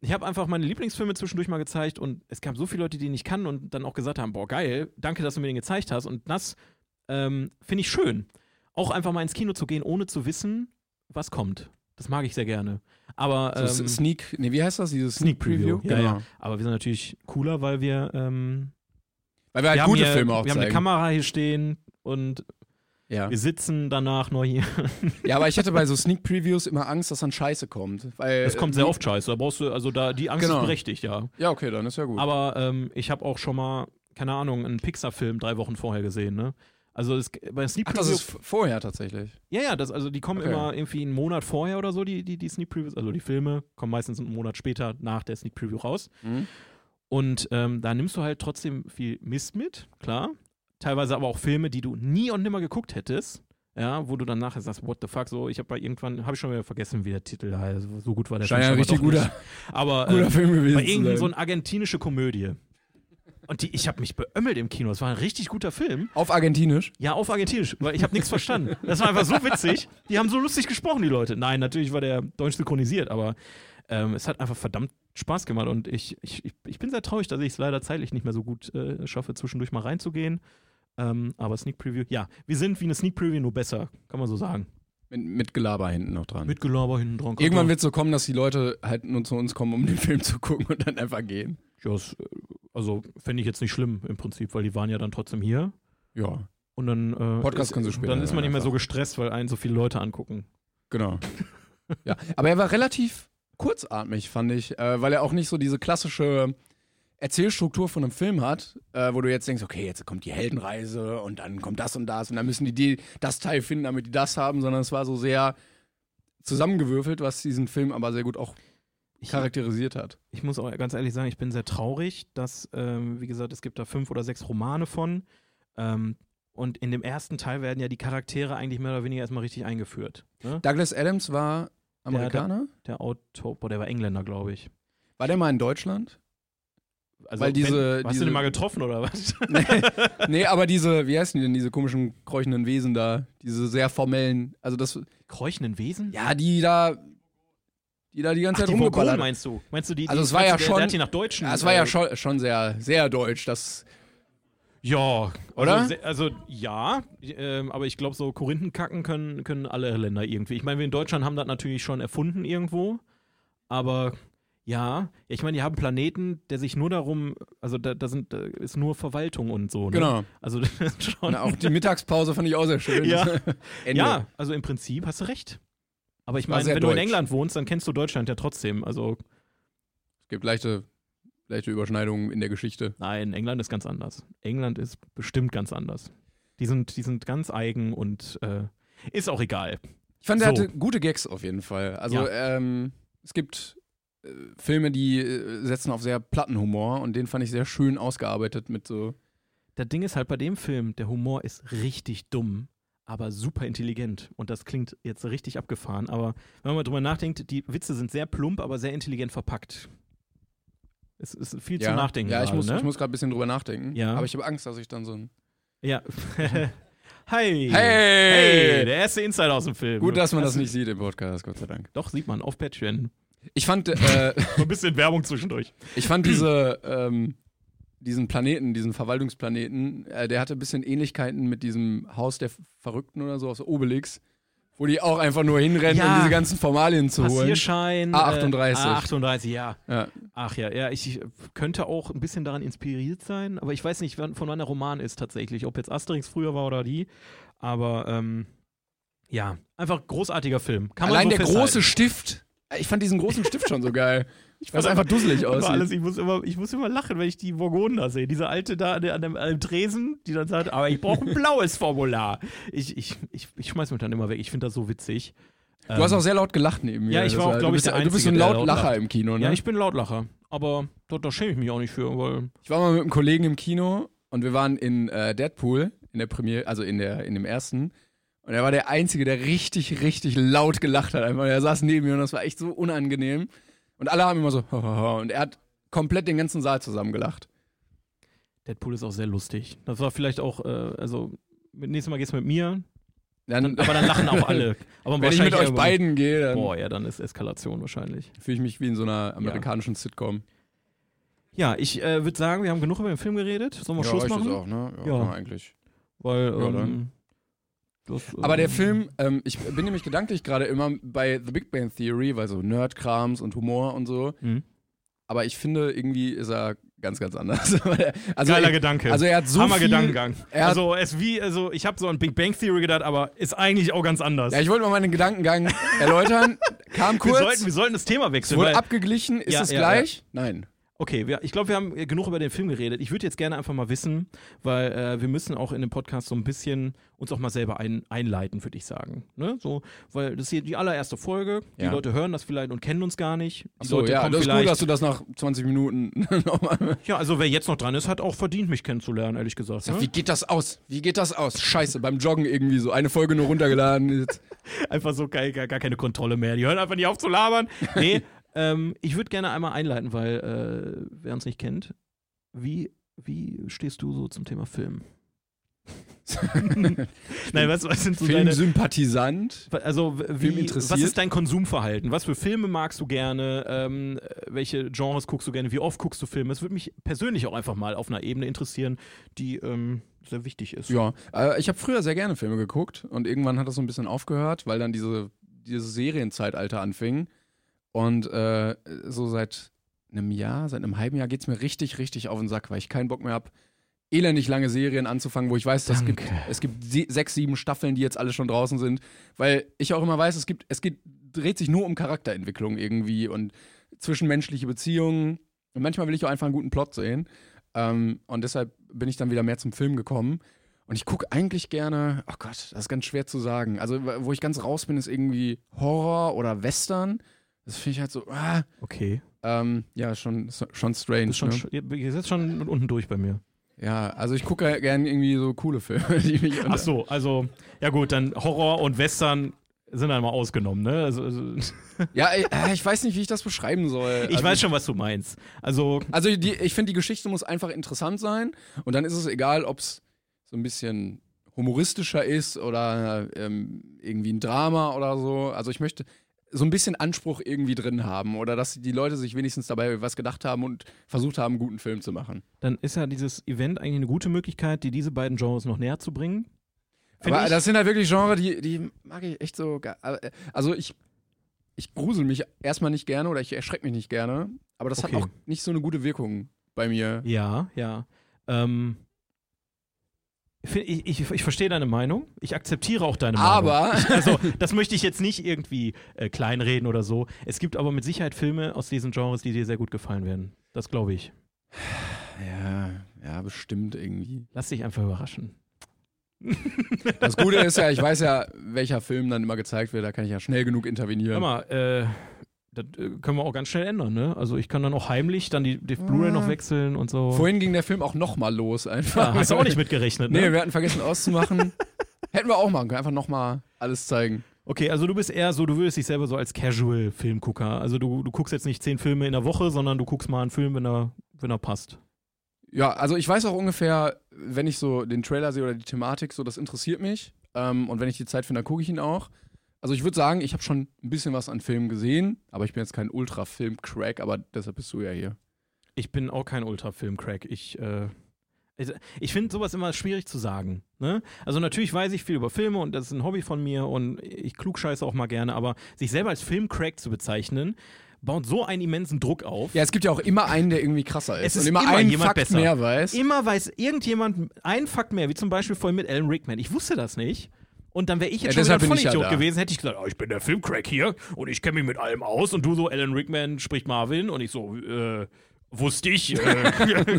Ich habe einfach meine Lieblingsfilme zwischendurch mal gezeigt und es gab so viele Leute, die ihn nicht kannten und dann auch gesagt haben: Boah, geil, danke, dass du mir den gezeigt hast. Und das ähm, finde ich schön. Auch einfach mal ins Kino zu gehen, ohne zu wissen, was kommt. Das mag ich sehr gerne. Aber ähm, so, Sneak, nee, wie heißt das? Dieses Sneak Preview. Ja, genau. ja. Aber wir sind natürlich cooler, weil wir, ähm, Weil wir halt wir, haben, gute hier, Filme auch wir haben eine zeigen. Kamera hier stehen und ja. wir sitzen danach noch hier. ja, aber ich hatte bei so Sneak Previews immer Angst, dass dann Scheiße kommt. Weil, Das kommt sehr oft scheiße. Da brauchst du, also da, die Angst Äh, Genau. ist berechtigt, ja. Ja, okay, dann ist ja gut. Aber ähm, ich habe auch schon mal, keine Ahnung, einen Pixar-Film drei Wochen vorher gesehen, ne? Also es, bei Sneak Ach, das Preview. ist v- vorher tatsächlich. ja, ja, das, also die kommen Okay. immer irgendwie einen Monat vorher oder so, die, die, die Sneak Previews, also die Filme kommen meistens einen Monat später nach der Sneak Preview raus. Mhm. Und ähm, da nimmst du halt trotzdem viel Mist mit, klar. Teilweise aber auch Filme, die du nie und nimmer geguckt hättest. Ja, wo du dann nachher sagst, what the fuck, so, ich habe bei irgendwann, habe ich schon wieder vergessen, wie der Titel heißt. So gut war der Scheint ja schon ein mal richtig doch nicht. guter, Aber äh, guter Film gewesen war zu sein. irgendeine so eine argentinische Komödie. Und die, ich habe mich beömmelt im Kino. Es war ein richtig guter Film. Auf Argentinisch. Ja, auf Argentinisch, weil ich habe nichts verstanden. Das war einfach so witzig. Die haben so lustig gesprochen, die Leute. Nein, natürlich war der deutsch synchronisiert, aber ähm, es hat einfach verdammt Spaß gemacht. Und ich, ich, ich- ich bin sehr traurig, dass ich es leider zeitlich nicht mehr so gut äh, schaffe, zwischendurch mal reinzugehen. Ähm, aber Sneak Preview, ja, wir sind wie eine Sneak Preview, nur besser, kann man so sagen. Mit, mit Gelaber hinten noch dran. Mit Gelaber hinten dran. Irgendwann wird es so kommen, dass die Leute halt nur zu uns kommen, um den Film zu gucken und dann einfach gehen. Ja, es, äh, also fände ich jetzt nicht schlimm im Prinzip, weil die waren ja dann trotzdem hier. Ja, Und dann, äh, Podcast ist, können sie später dann ist man dann nicht mehr so einfach. gestresst, weil einen so viele Leute angucken. genau. ja, aber er war relativ kurzatmig, fand ich, äh, weil er auch nicht so diese klassische Erzählstruktur von einem Film hat, äh, wo du jetzt denkst, okay, jetzt kommt die Heldenreise und dann kommt das und das und dann müssen die, die das Teil finden, damit die das haben, sondern es war so sehr zusammengewürfelt, was diesen Film aber sehr gut auch Ich, charakterisiert hat. ich muss auch ganz ehrlich sagen, ich bin sehr traurig, dass, ähm, wie gesagt, es gibt da fünf oder sechs Romane von. Ähm, und in dem ersten Teil werden ja die Charaktere eigentlich mehr oder weniger erstmal richtig eingeführt. Ne? Douglas Adams war Amerikaner. Der Autor, boah, der war Engländer, glaube ich. war der mal in Deutschland? Also, Weil diese- Wenn, hast du diese- den mal getroffen oder was? nee, aber diese, wie heißen die denn, diese komischen kräuchenden Wesen da? Diese sehr formellen, also das, Kräuchenden Wesen? ja, die da, die da die ganze Ach, Zeit die Mongolen rumgeballert. meinst du? Meinst du die? Also die, es war meinst ja du, der, schon- Der hat die nach Deutschen. Ja, es war ja äh, schon, schon sehr, sehr deutsch, das, Ja, Oder? Also, se- also ja, ähm, aber ich glaube, so Korinthenkacken können, können alle Länder irgendwie. Ich meine, wir in Deutschland haben das natürlich schon erfunden irgendwo, aber ja, ich meine, die haben Planeten, der sich nur darum, also da, da, sind, da ist nur Verwaltung und so. Ne? genau. Also das ist schon. Und auch die Mittagspause fand ich auch sehr schön. Ja. Ende. ja, also im Prinzip hast du recht. Aber ich War meine, sehr wenn du in deutsch. England wohnst, dann kennst du Deutschland ja trotzdem. Also Es gibt leichte leichte Überschneidungen in der Geschichte. Nein, England ist ganz anders. England ist bestimmt ganz anders. Die sind, die sind ganz eigen und äh, ist auch egal. Ich fand, er So. hatte gute Gags auf jeden Fall. Also ähm, es gibt äh, Filme, die äh, setzen auf sehr platten Humor und den fand ich sehr schön ausgearbeitet mit so. Das Ding ist halt bei dem Film, der Humor ist richtig dumm, aber super intelligent. Und das klingt jetzt richtig abgefahren, aber wenn man mal drüber nachdenkt, die Witze sind sehr plump, aber sehr intelligent verpackt. Es ist viel ja, zum Nachdenken. Ja, ich gerade, muss, ne? ich muss gerade ein bisschen drüber nachdenken. Ja. Aber ich habe Angst, dass ich dann so ein. Ja. Hi. Hey! Hey, der erste Insider aus dem Film. Gut, dass man das nicht sieht im Podcast, Gott sei Dank. Doch, sieht man auf Patreon. Ich fand, äh, So ein bisschen Werbung zwischendurch. ich fand diese, ähm, diesen Planeten, diesen Verwaltungsplaneten, äh, der hatte ein bisschen Ähnlichkeiten mit diesem Haus der Verrückten oder so aus Obelix, wo die auch einfach nur hinrennen, um Ja. diese ganzen Formalien zu holen. Passierschein. A38. Äh, A38, ja. Ja. Ach ja, ja, ich ich könnte auch ein bisschen daran inspiriert sein, aber ich weiß nicht, wann, von wann der Roman ist tatsächlich, ob jetzt Asterix früher war oder die. Aber ähm, ja, einfach großartiger Film. Kann Allein man so der festhalten. große Stift. Ich fand diesen großen Stift schon so geil. Ich fand es einfach dusselig Über aus. alles, ich, muss immer, ich muss immer lachen, wenn ich die Vogonen da sehe. Diese alte da an dem, an dem, an dem Tresen, die dann sagt, aber ich brauche ein blaues Formular. Ich, ich, ich, ich schmeiß mich dann immer weg. Ich finde das so witzig. Ähm, Du hast auch sehr laut gelacht neben mir. Ja, ich Das war auch, glaub du ich, bist, der Du bist so ein Einzige, der laut Lautlacher lacht. im Kino, ne? Ja, ich bin Lautlacher. Aber da, da schäme ich mich auch nicht für, weil Ich war mal mit einem Kollegen im Kino und wir waren in äh, Deadpool in der Premiere, also in, der, in dem ersten. Und er war der Einzige, der richtig, richtig laut gelacht hat. Einfach. Er saß neben mir und das war echt so unangenehm. Und alle haben immer so, und er hat komplett den ganzen Saal zusammengelacht. Deadpool ist auch sehr lustig. Das war vielleicht auch, äh, also, mit- nächstes Mal geht's mit mir, Dann, aber dann lachen auch alle. Aber wenn ich mit wahrscheinlich euch eher- beiden gehe, dann Boah, ja, dann ist Eskalation wahrscheinlich. fühle ich mich wie in so einer amerikanischen Sitcom. Ja, ich äh, würde sagen, wir haben genug über den Film geredet. Sollen wir ja, Schluss ich das machen? auch, ne? Ja. Ja, kann man eigentlich. Weil, Ja, ähm, dann. das, ähm, Aber der Film, ähm, ich bin nämlich gedanklich gerade immer bei The Big Bang Theory, weil so Nerdkrams und Humor und so. Mhm. Aber ich finde, irgendwie ist er ganz, ganz anders. also, Geiler er, Gedanke. also er hat so Hammer viel... Gedankengang. Er hat- also, es wie, also, ich habe so an Big Bang Theory gedacht, aber ist eigentlich auch ganz anders. Ja, ich wollte mal meinen Gedankengang erläutern. Kam wir, kurz, sollten, wir sollten das Thema wechseln. wurde weil- abgeglichen, ist Ja, es ja, gleich? Nein. Okay, wir, ich glaube, wir haben äh, genug über den Film geredet. Ich würde jetzt gerne einfach mal wissen, weil äh, wir müssen auch in dem Podcast so ein bisschen uns auch mal selber ein, einleiten, würde ich sagen. Ne? So, weil das ist hier die allererste Folge. Die Ja. Leute hören das vielleicht und kennen uns gar nicht. Die So, Leute ja, kommen das ist gut, vielleicht- dass du das nach 20 Minuten nochmal... ja, also wer jetzt noch dran ist, hat auch verdient, mich kennenzulernen, ehrlich gesagt. Wie Ne? geht das aus? Wie geht das aus? Scheiße, beim Joggen irgendwie so. Eine Folge nur runtergeladen. Jetzt. Einfach so gar, gar, gar keine Kontrolle mehr. Die hören einfach nicht auf zu labern. Nee, ähm, ich würde gerne einmal einleiten, weil äh, wer uns nicht kennt, wie, wie stehst du so zum Thema Film? Nein, was, was sind so deine, Filmsympathisant. Also w- Film wie, interessiert. was ist dein Konsumverhalten? Was für Filme magst du gerne? Ähm, äh, welche Genres guckst du gerne? Wie oft guckst du Filme? Das würde mich persönlich auch einfach mal auf einer Ebene interessieren, die ähm, sehr wichtig ist. Ja, äh, ich habe früher sehr gerne Filme geguckt und irgendwann hat das so ein bisschen aufgehört, weil dann diese, dieses Serienzeitalter anfing. Und äh, so seit einem Jahr, seit einem halben Jahr geht es mir richtig, richtig auf den Sack, weil ich keinen Bock mehr habe, elendig lange Serien anzufangen, wo ich weiß, das gibt, Danke. es gibt sie- sechs, sieben Staffeln, die jetzt alle schon draußen sind. Weil ich auch immer weiß, es, gibt, es geht, dreht sich nur um Charakterentwicklung irgendwie und zwischenmenschliche Beziehungen. Und manchmal will ich auch einfach einen guten Plot sehen. Ähm, und deshalb bin ich dann wieder mehr zum Film gekommen. Und ich gucke eigentlich gerne, oh Gott, das ist ganz schwer zu sagen. Also, wo ich ganz raus bin, ist irgendwie Horror oder Western. Das finde ich halt so, ah, Okay. ähm, ja, schon, schon strange. Ist schon, ne? sch- ihr ihr seid schon unten durch bei mir. Ja, also ich gucke halt gerne irgendwie so coole Filme, die mich Ach so, also, ja gut, dann Horror und Western sind einmal ausgenommen, ne? Also, also, Ja, ich, äh, ich weiß nicht, wie ich das beschreiben soll. ich also, weiß schon, was du meinst. Also, Also die, ich finde, die Geschichte muss einfach interessant sein und dann ist es egal, ob es so ein bisschen humoristischer ist oder ähm, irgendwie ein Drama oder so. Also ich möchte so ein bisschen Anspruch irgendwie drin haben oder dass die Leute sich wenigstens dabei was gedacht haben und versucht haben, einen guten Film zu machen. dann ist ja dieses Event eigentlich eine gute Möglichkeit, die diese beiden Genres noch näher zu bringen. Find Aber ich. das sind halt wirklich Genre, die, die mag ich echt so. ge- aber, äh, Also ich, ich grusel mich erstmal nicht gerne oder ich erschrecke mich nicht gerne, aber das Okay. hat auch nicht so eine gute Wirkung bei mir. Ja, ja. Ähm, fi- ich, ich, ich verstehe deine Meinung. Ich akzeptiere auch deine Meinung. Aber Also, das möchte ich jetzt nicht irgendwie äh, kleinreden oder so. Es gibt aber mit Sicherheit Filme aus diesen Genres, die dir sehr gut gefallen werden. Das glaube ich. Ja, ja, bestimmt irgendwie. Lass dich einfach überraschen. Das Gute ist ja, ich weiß ja, welcher Film dann immer gezeigt wird, da kann ich ja schnell genug Hör intervenieren. mal, äh, das äh, können wir auch ganz schnell ändern, ne? Also ich kann dann auch heimlich dann die, die Blu-ray noch wechseln und so. Vorhin ging der Film auch nochmal los ja, einfach. hast du auch nicht mitgerechnet, ne? Nee, wir hatten vergessen auszumachen. Hätten wir auch machen können, einfach nochmal alles zeigen. Okay, also du bist eher so, du würdest dich selber so als Casual-Filmgucker. Also du, du guckst jetzt nicht zehn Filme in der Woche, sondern du guckst mal einen Film, wenn er, wenn er passt. Ja, also ich weiß auch ungefähr, wenn ich so den Trailer sehe oder die Thematik, so das interessiert mich. Ähm, und wenn ich die Zeit finde, dann gucke ich ihn auch. Also ich würde sagen, ich habe schon ein bisschen was an Filmen gesehen, aber ich bin jetzt kein Ultra-Film-Crack, aber deshalb bist du ja hier. Ich bin auch kein Ultra-Film-Crack. Ich, äh, ich, ich finde sowas immer schwierig zu sagen. Ne? Also natürlich weiß ich viel über Filme und das ist ein Hobby von mir und ich klugscheiße auch mal gerne, aber sich selber als Film-Crack zu bezeichnen, baut so einen immensen Druck auf. Ja, es gibt ja auch immer einen, der irgendwie krasser ist, Es ist und immer, immer einen jemand Fakt besser. mehr weiß. Immer weiß irgendjemand einen Fakt mehr, wie zum Beispiel vorhin mit Alan Rickman. Ich wusste das nicht. Und dann wäre ich jetzt schon Ja, wieder deshalb bin ich ja Vollidiot da. gewesen, hätte ich gesagt, Ja, ich bin der Filmcrack hier und ich kenne mich mit allem aus und du so, Alan Rickman spricht Marvin und ich so, äh, wusste ich. Äh,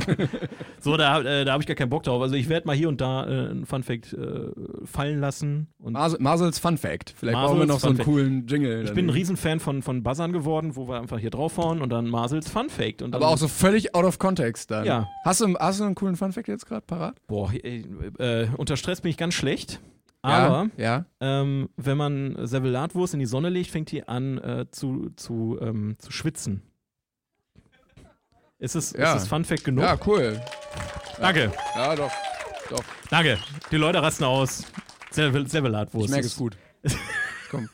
so, da, äh, da habe ich gar keinen Bock drauf. Also ich werde mal hier und da äh, einen Funfact äh, fallen lassen. Und Mas Marcel's Fun Fact. Vielleicht brauchen wir Marcel's noch so einen Fun Fact. coolen Jingle. Ich bin ein Riesenfan von, von Buzzern geworden, wo wir einfach hier draufhauen und dann Marsels Funfaked. Und dann, aber auch so völlig out of context dann. Ja. Hast du, hast du einen coolen Fun Fact jetzt gerade parat? Boah, äh, äh, unter Stress bin ich ganz schlecht. Aber Ja. ähm, wenn man Servelatwurst in die Sonne legt, fängt die an äh, zu, zu, ähm, zu schwitzen. Ist es, Ja. ist es Funfact genug? Ja, ja cool. Danke, Ja, doch. Doch. danke. Die Leute rasten aus. Servel- Servelatwurst. Ich merke es gut. Komm.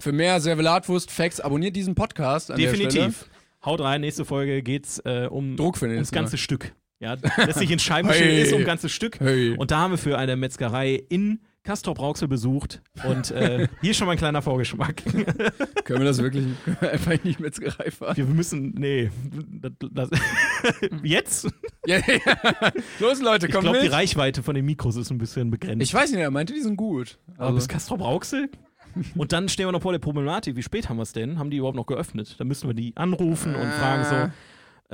Für mehr Servelatwurst-Facts abonniert diesen Podcast. An Der Stelle. Definitiv. Haut rein, nächste Folge geht's äh, um Druck für den ums nächsten ganze Stück. Ja, das sich in Scheiben hey. ist um ganzes Stück. Hey. Und da haben wir für eine Metzgerei in Castor Brauxel besucht. Und äh, hier schon mal ein kleiner Vorgeschmack. Können wir das wirklich einfach nicht mit fahren? Wir müssen, nee, das, das, jetzt? Ja, ja. Los, Leute, Ich kommt glaube, die mit. Reichweite von den Mikros ist ein bisschen begrenzt. Ich weiß nicht, er meinte, die sind gut. Aber bis Also, Castor Brauxel? Und dann stehen wir noch vor der Problematik. Wie spät haben wir es denn? Haben die überhaupt noch geöffnet? Da müssen wir die anrufen und fragen so,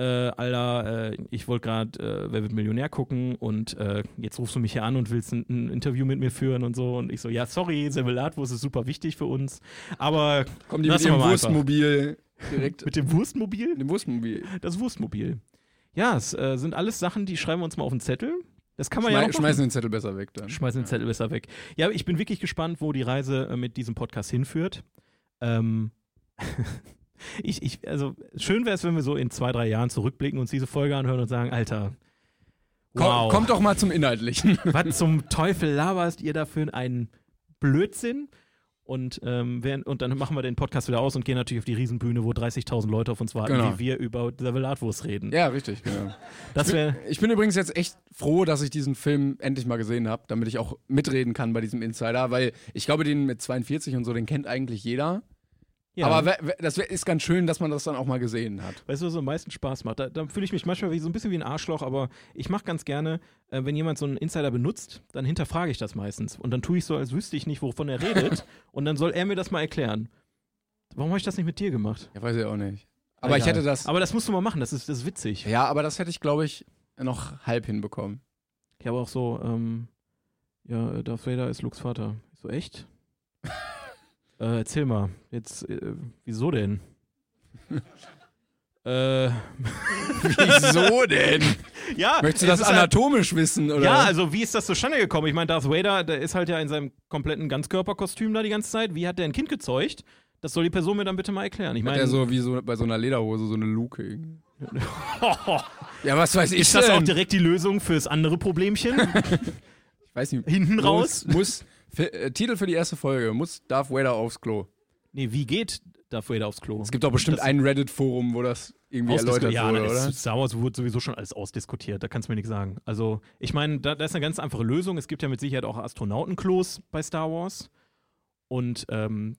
äh, Alter, äh, ich wollte gerade äh, Wer wird Millionär gucken und äh, jetzt rufst du mich hier an und willst ein, ein Interview mit mir führen und so. Und ich so, ja, sorry, Servelatwurst ist super wichtig für uns. Aber kommen die mit lassen wir ihrem mal einfach. Wurstmobil direkt mit dem Wurstmobil? mit dem Wurstmobil. Das Wurstmobil. Ja, es äh, sind alles Sachen, die schreiben wir uns mal auf den Zettel. Das kann man ja Schmei noch machen. schmeißen den Zettel besser weg dann. Schmeißen den Zettel besser weg. Ja, ich bin wirklich gespannt, wo die Reise äh, mit diesem Podcast hinführt. Ähm, ich, ich, also schön wäre es, wenn wir so in zwei, drei Jahren zurückblicken, uns diese Folge anhören und sagen, Alter, Komm, wow, Kommt doch mal zum Inhaltlichen. was zum Teufel laberst ihr dafür einen Blödsinn? Und, ähm, während, und dann machen wir den Podcast wieder aus und gehen natürlich auf die Riesenbühne, wo 30.000 Leute auf uns warten, Genau. wie wir über Servelatwurst reden. ja, richtig, genau. Das wäre Ich bin übrigens jetzt echt froh, dass ich diesen Film endlich mal gesehen habe, damit ich auch mitreden kann bei diesem Insider, weil ich glaube, den mit 42 und so, den kennt eigentlich jeder. ja. Aber we- we- das wär- ist ganz schön, dass man das dann auch mal gesehen hat. Weißt du, was am meisten Spaß macht? Da, da fühle ich mich manchmal wie, so ein bisschen wie ein Arschloch, aber ich mache ganz gerne, äh, wenn jemand so einen Insider benutzt, dann hinterfrage ich das meistens. Und dann tue ich so, als wüsste ich nicht, wovon er redet. und dann soll er mir das mal erklären. Warum habe ich das nicht mit dir gemacht? Ja, weiß ich auch nicht. Aber ich Egal. hätte das. Aber das musst du mal machen, das ist, das ist witzig. ja, aber das hätte ich, glaube ich, noch halb hinbekommen. Ich habe auch so, ähm, ja, äh, Darth Vader ist Lukes Vater. Ich so, echt? äh, erzähl mal, jetzt, äh, wieso denn? äh, Wieso denn? ja, Möchtest du es das ist halt- anatomisch wissen? Oder? Ja, also wie ist das zustande gekommen? Ich meine, Darth Vader, der ist halt ja in seinem kompletten Ganzkörperkostüm da die ganze Zeit. Wie hat der ein Kind gezeugt? Das soll die Person mir dann bitte mal erklären. Ich Hat meine, er so wie so bei so einer Lederhose so eine Luke. ja, was weiß ich ist das auch denn? direkt die Lösung fürs andere Problemchen? ich weiß nicht. Hinten muss, raus? Muss, Fi- äh, Titel für die erste Folge, muss Darth Vader aufs Klo. nee, wie geht Darth Vader aufs Klo? Es gibt doch bestimmt Das- ein Reddit-Forum, wo das irgendwie erläutert ja, wurde, na, oder? es- Star Wars wurde sowieso schon alles ausdiskutiert, da kannst du mir nichts sagen. Also, ich meine, da, da ist eine ganz einfache Lösung. Es gibt ja mit Sicherheit auch Astronautenklos bei Star Wars. Und, ähm,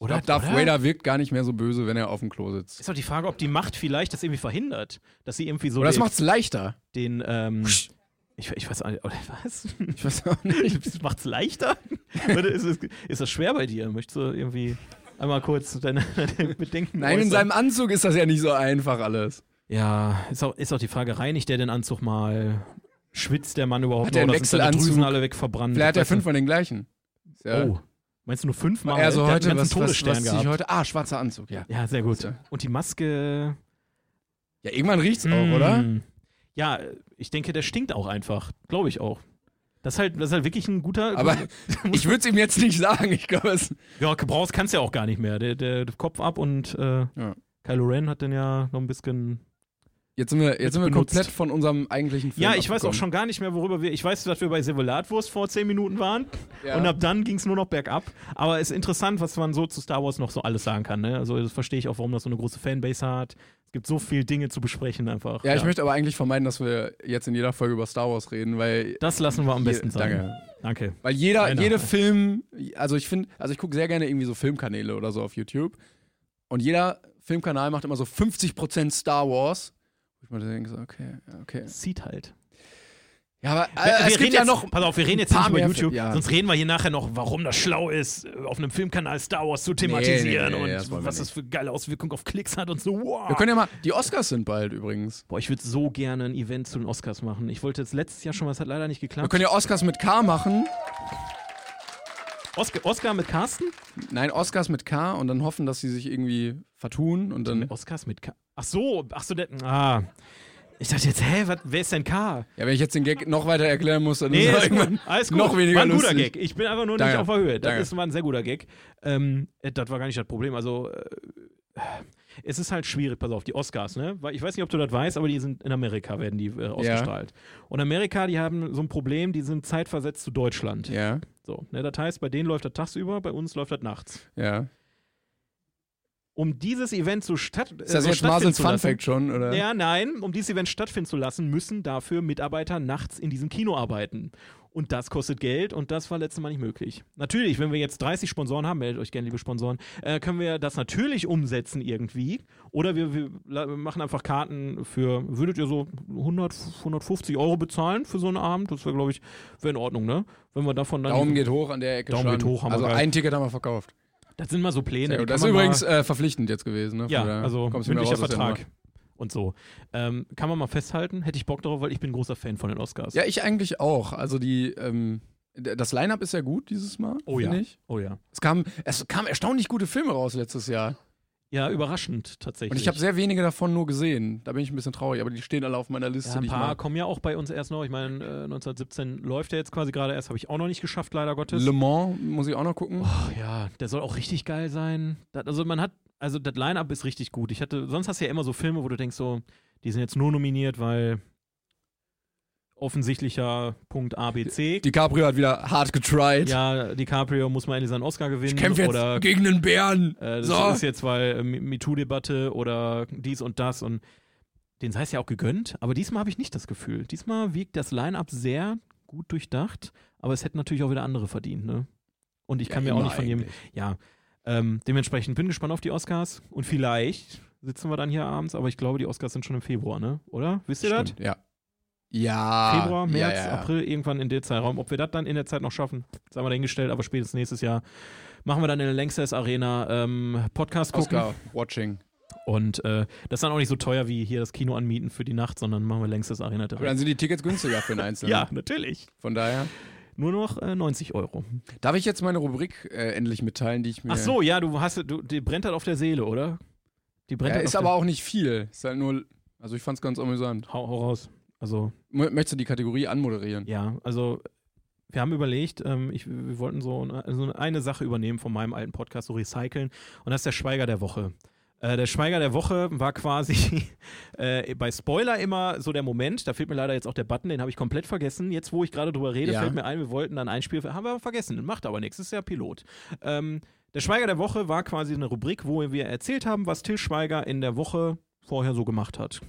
Ich glaub, Darth Vader wirkt gar nicht mehr so böse, wenn er auf dem Klo sitzt. Ist doch die Frage, ob die Macht vielleicht das irgendwie verhindert, dass sie irgendwie so Aber das den- macht's leichter. den, ähm, Ich, ich weiß auch nicht, oder was? Ich weiß auch nicht. Das macht's leichter? Oder ist, es, ist das schwer bei dir? Möchtest du irgendwie einmal kurz deine, deine Bedenken Nein, in äußern? seinem Anzug ist das ja nicht so einfach Hm, alles. Ja, ist auch, ist auch die Frage, reinigt der den Anzug mal? Schwitzt der Mann überhaupt Hat der noch? einen Oder sind seine Wechselanzug? Drüsen alle wegverbrannt? Vielleicht hat er Weißt du? fünf von den gleichen. Ist Ja. Oh, meinst du nur fünfmal? er so Der hat heute, einen was, ganzen was, Todesstern was gehabt. Hm. ich heute. Ah, schwarzer Anzug, ja. Ja, sehr gut. Ja. Und die Maske. Ja, irgendwann riecht's Mm. auch, oder? Ja, ich denke, der stinkt auch einfach. Glaube ich auch. Das ist, halt, das ist halt wirklich ein guter. Aber ich würde es ihm jetzt nicht sagen. Ich glaube, es. ja, Gebrauchs kannst ja auch gar nicht mehr. Der, der, der Kopf ab und äh, Ja. Kylo Ren hat dann ja noch ein bisschen. Jetzt sind wir, jetzt sind wir Benutzt. komplett von unserem eigentlichen Film. Ja, ich weiß auch abgekommen. schon gar nicht mehr, worüber wir. Ich weiß, dass wir bei Silvolatwurst vor 10 Minuten waren. Ja. Und ab dann ging es nur noch bergab. Aber es ist interessant, was man so zu Star Wars noch so alles sagen kann. Ne? Also, das verstehe ich auch, warum das so eine große Fanbase hat. Es gibt so viele Dinge zu besprechen einfach. ja, ich möchte aber eigentlich vermeiden, dass wir jetzt in jeder Folge über Star Wars reden, weil. Das lassen wir am Je- besten sein. Danke. Danke. Weil jeder, Einer. jede Film, also ich finde, also ich gucke sehr gerne irgendwie so Filmkanäle oder so auf YouTube. Und jeder Filmkanal macht immer so 50% Star Wars. Wo ich mir denke, so, okay, ja, okay. Sieht halt. Ja, aber äh, es gibt reden ja jetzt, noch. Pass auf, wir reden jetzt ein nicht paar über mehr YouTube, Fil- ja. sonst reden wir hier nachher noch, warum das schlau ist, auf einem Filmkanal Star Wars zu thematisieren nee, nee, das und wollen wir was das für geile Auswirkungen auf Klicks hat und so. Wir Wow. können ja mal. Die Oscars sind bald übrigens. Boah, ich würde so gerne ein Event zu den Oscars machen. Ich wollte jetzt letztes Jahr schon mal, es hat leider nicht Wir geklappt. können ja Oscars mit K machen. Oscar, Oscar mit Carsten? Nein, Oscars mit K und dann hoffen, dass sie sich irgendwie vertun und dann. Oscars mit K. Ach so, ach so, der, ah. Ich dachte jetzt, hä, wat, wer ist denn K? Ja, wenn ich jetzt den Gag noch weiter erklären muss, dann Nee, ist ist irgendwann. gut. alles gut. noch weniger War ein guter lustig. Gag. Ich bin einfach nur Danke. nicht auf der Höhe. Das Danke. ist, war ein sehr guter Gag. Ähm, äh, das war gar nicht das Problem. Also, äh, es ist halt schwierig, pass auf, die Oscars, ne? Weil ich weiß nicht, ob du das weißt, aber die sind in Amerika, werden die äh, ausgestrahlt. Und Amerika, die haben so ein Problem, die sind zeitversetzt zu Deutschland. Ja, So, ne? Das heißt, bei denen läuft das tagsüber, bei uns läuft das nachts. ja. Um dieses Event so statt. Ist das so jetzt stattfinden Marsens zu Fun lassen- Fact schon, oder? Ja, nein, um dieses Event stattfinden zu lassen, müssen dafür Mitarbeiter nachts in diesem Kino arbeiten. Und das kostet Geld und das war letztes Mal nicht möglich. Natürlich, wenn wir jetzt 30 Sponsoren haben, meldet euch gerne, liebe Sponsoren, äh, können wir das natürlich umsetzen irgendwie. Oder wir, wir la- machen einfach Karten für, würdet ihr so 100, 150 Euro bezahlen für so einen Abend? Das wäre, glaube ich, wäre in Ordnung, ne? Wenn wir davon dann. Daumen geht hoch an der Ecke Daumen schon. geht hoch, haben wir also geil. ein Ticket haben wir verkauft. das sind mal so Pläne. die das ist kann man mal- übrigens äh, verpflichtend jetzt gewesen. Ne? Von Ja, daher also kommst du nicht mehr mündlicher raus aus der Vertrag und so. Ähm, kann man mal festhalten, hätte ich Bock darauf, weil ich bin großer Fan von den Oscars. Nummer. Ja, ich eigentlich auch. Also die, ähm, d- das Line-Up ist ja gut dieses Mal, Oh finde ja. ich. Oh ja. Es kamen es kam erstaunlich gute Filme raus letztes Jahr. Ja, überraschend tatsächlich. Und ich habe sehr wenige davon nur gesehen. Da bin ich ein bisschen traurig, aber die stehen alle auf meiner Liste. ja, ein die ich paar mag. kommen ja auch bei uns erst noch. Ich meine, äh, 1917 läuft ja jetzt quasi gerade erst, habe ich auch noch nicht geschafft, leider Gottes. Oh. Le Mans muss ich auch noch gucken. Ach ja, der soll auch richtig geil sein. Das, also man hat, also das Line-Up ist richtig gut. Ich hatte, sonst hast du ja immer so Filme, wo du denkst so, die sind jetzt nur nominiert, weil offensichtlicher Punkt A, B, C. DiCaprio hat wieder hart getried. Ja, DiCaprio muss mal endlich seinen Oscar gewinnen. ich kämpfe jetzt oder gegen den Bären. Äh, das so. ist jetzt, weil äh, Me- MeToo-Debatte oder dies und das und den sei es ja auch gegönnt, aber diesmal habe ich nicht das Gefühl. Diesmal wiegt das Line-Up sehr gut durchdacht, aber es hätten natürlich auch wieder andere verdient, ne? Und ich kann mir auch immer nicht von jedem. eigentlich. Ja, ähm, dementsprechend bin gespannt auf die Oscars und vielleicht sitzen wir dann hier abends, aber ich glaube, die Oscars sind schon im Februar, ne? Oder? Wisst ihr das? Stimmt, ja. Ja. Februar, ja, März, ja, ja. April, irgendwann in der Zeitraum. Ob wir das dann in der Zeit noch schaffen, sei mal dahingestellt, aber spätestens nächstes Jahr machen wir dann in der Lanxess Arena ähm, Podcast gucken. Oscar Watching. Und äh, das ist dann auch nicht so teuer wie hier das Kino anmieten für die Nacht, sondern machen wir längst das Arena Aber dann direkt. sind die Tickets günstiger für den Einzelnen. Ja, natürlich. Von daher. Nur noch äh, 90 Euro. Darf ich jetzt meine Rubrik äh, endlich mitteilen, die ich mir. Ach so, ja, du hast, du, die brennt halt auf der Seele, oder? Die brennt Ja, halt ist auf aber auch nicht viel. Ist halt nur. Also ich fand's ganz amüsant. der, hau, hau raus. Also, M möchtest du die Kategorie anmoderieren? ja, also wir haben überlegt, ähm, ich, wir wollten so eine, so eine Sache übernehmen von meinem alten Podcast, so recyceln. Und das ist der Schweiger der Woche. Äh, der Schweiger der Woche war quasi äh, bei Spoiler immer so der Moment, da fehlt mir leider jetzt auch der Button, den habe ich komplett vergessen. Jetzt, wo ich gerade drüber rede, Ja. fällt mir ein, wir wollten dann ein Spiel, haben wir aber vergessen, macht aber nichts, ist ja Pilot. Ähm, der Schweiger der Woche war quasi eine Rubrik, wo wir erzählt haben, was Till Schweiger in der Woche vorher so gemacht hat.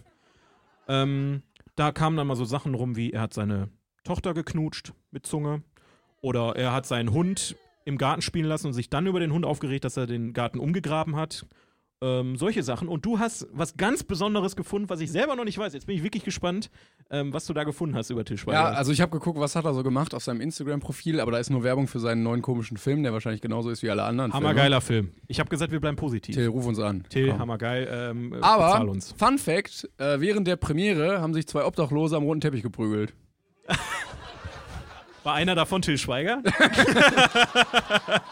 Ähm, da kamen dann mal so Sachen rum, wie er hat seine Tochter geknutscht mit Zunge oder er hat seinen Hund im Garten spielen lassen und sich dann über den Hund aufgeregt, dass er den Garten umgegraben hat Ähm, solche Sachen. Und du hast was ganz Besonderes gefunden, was ich selber noch nicht weiß. Jetzt bin ich wirklich gespannt, ähm, was du da gefunden hast über Tischweiger. Ja, also ich habe geguckt, was hat er so gemacht auf seinem Instagram-Profil, aber da ist nur Werbung für seinen neuen komischen Film, der wahrscheinlich genauso ist wie alle anderen. Hammergeiler Film. Ich habe gesagt, wir bleiben positiv. Filme. Till, ruf uns an. Till, Komm. hammergeil. Ähm, äh, bezahl Aber, uns. Fun Fact: äh, Während der Premiere haben sich zwei Obdachlose am roten Teppich geprügelt. War einer davon Till Schweiger?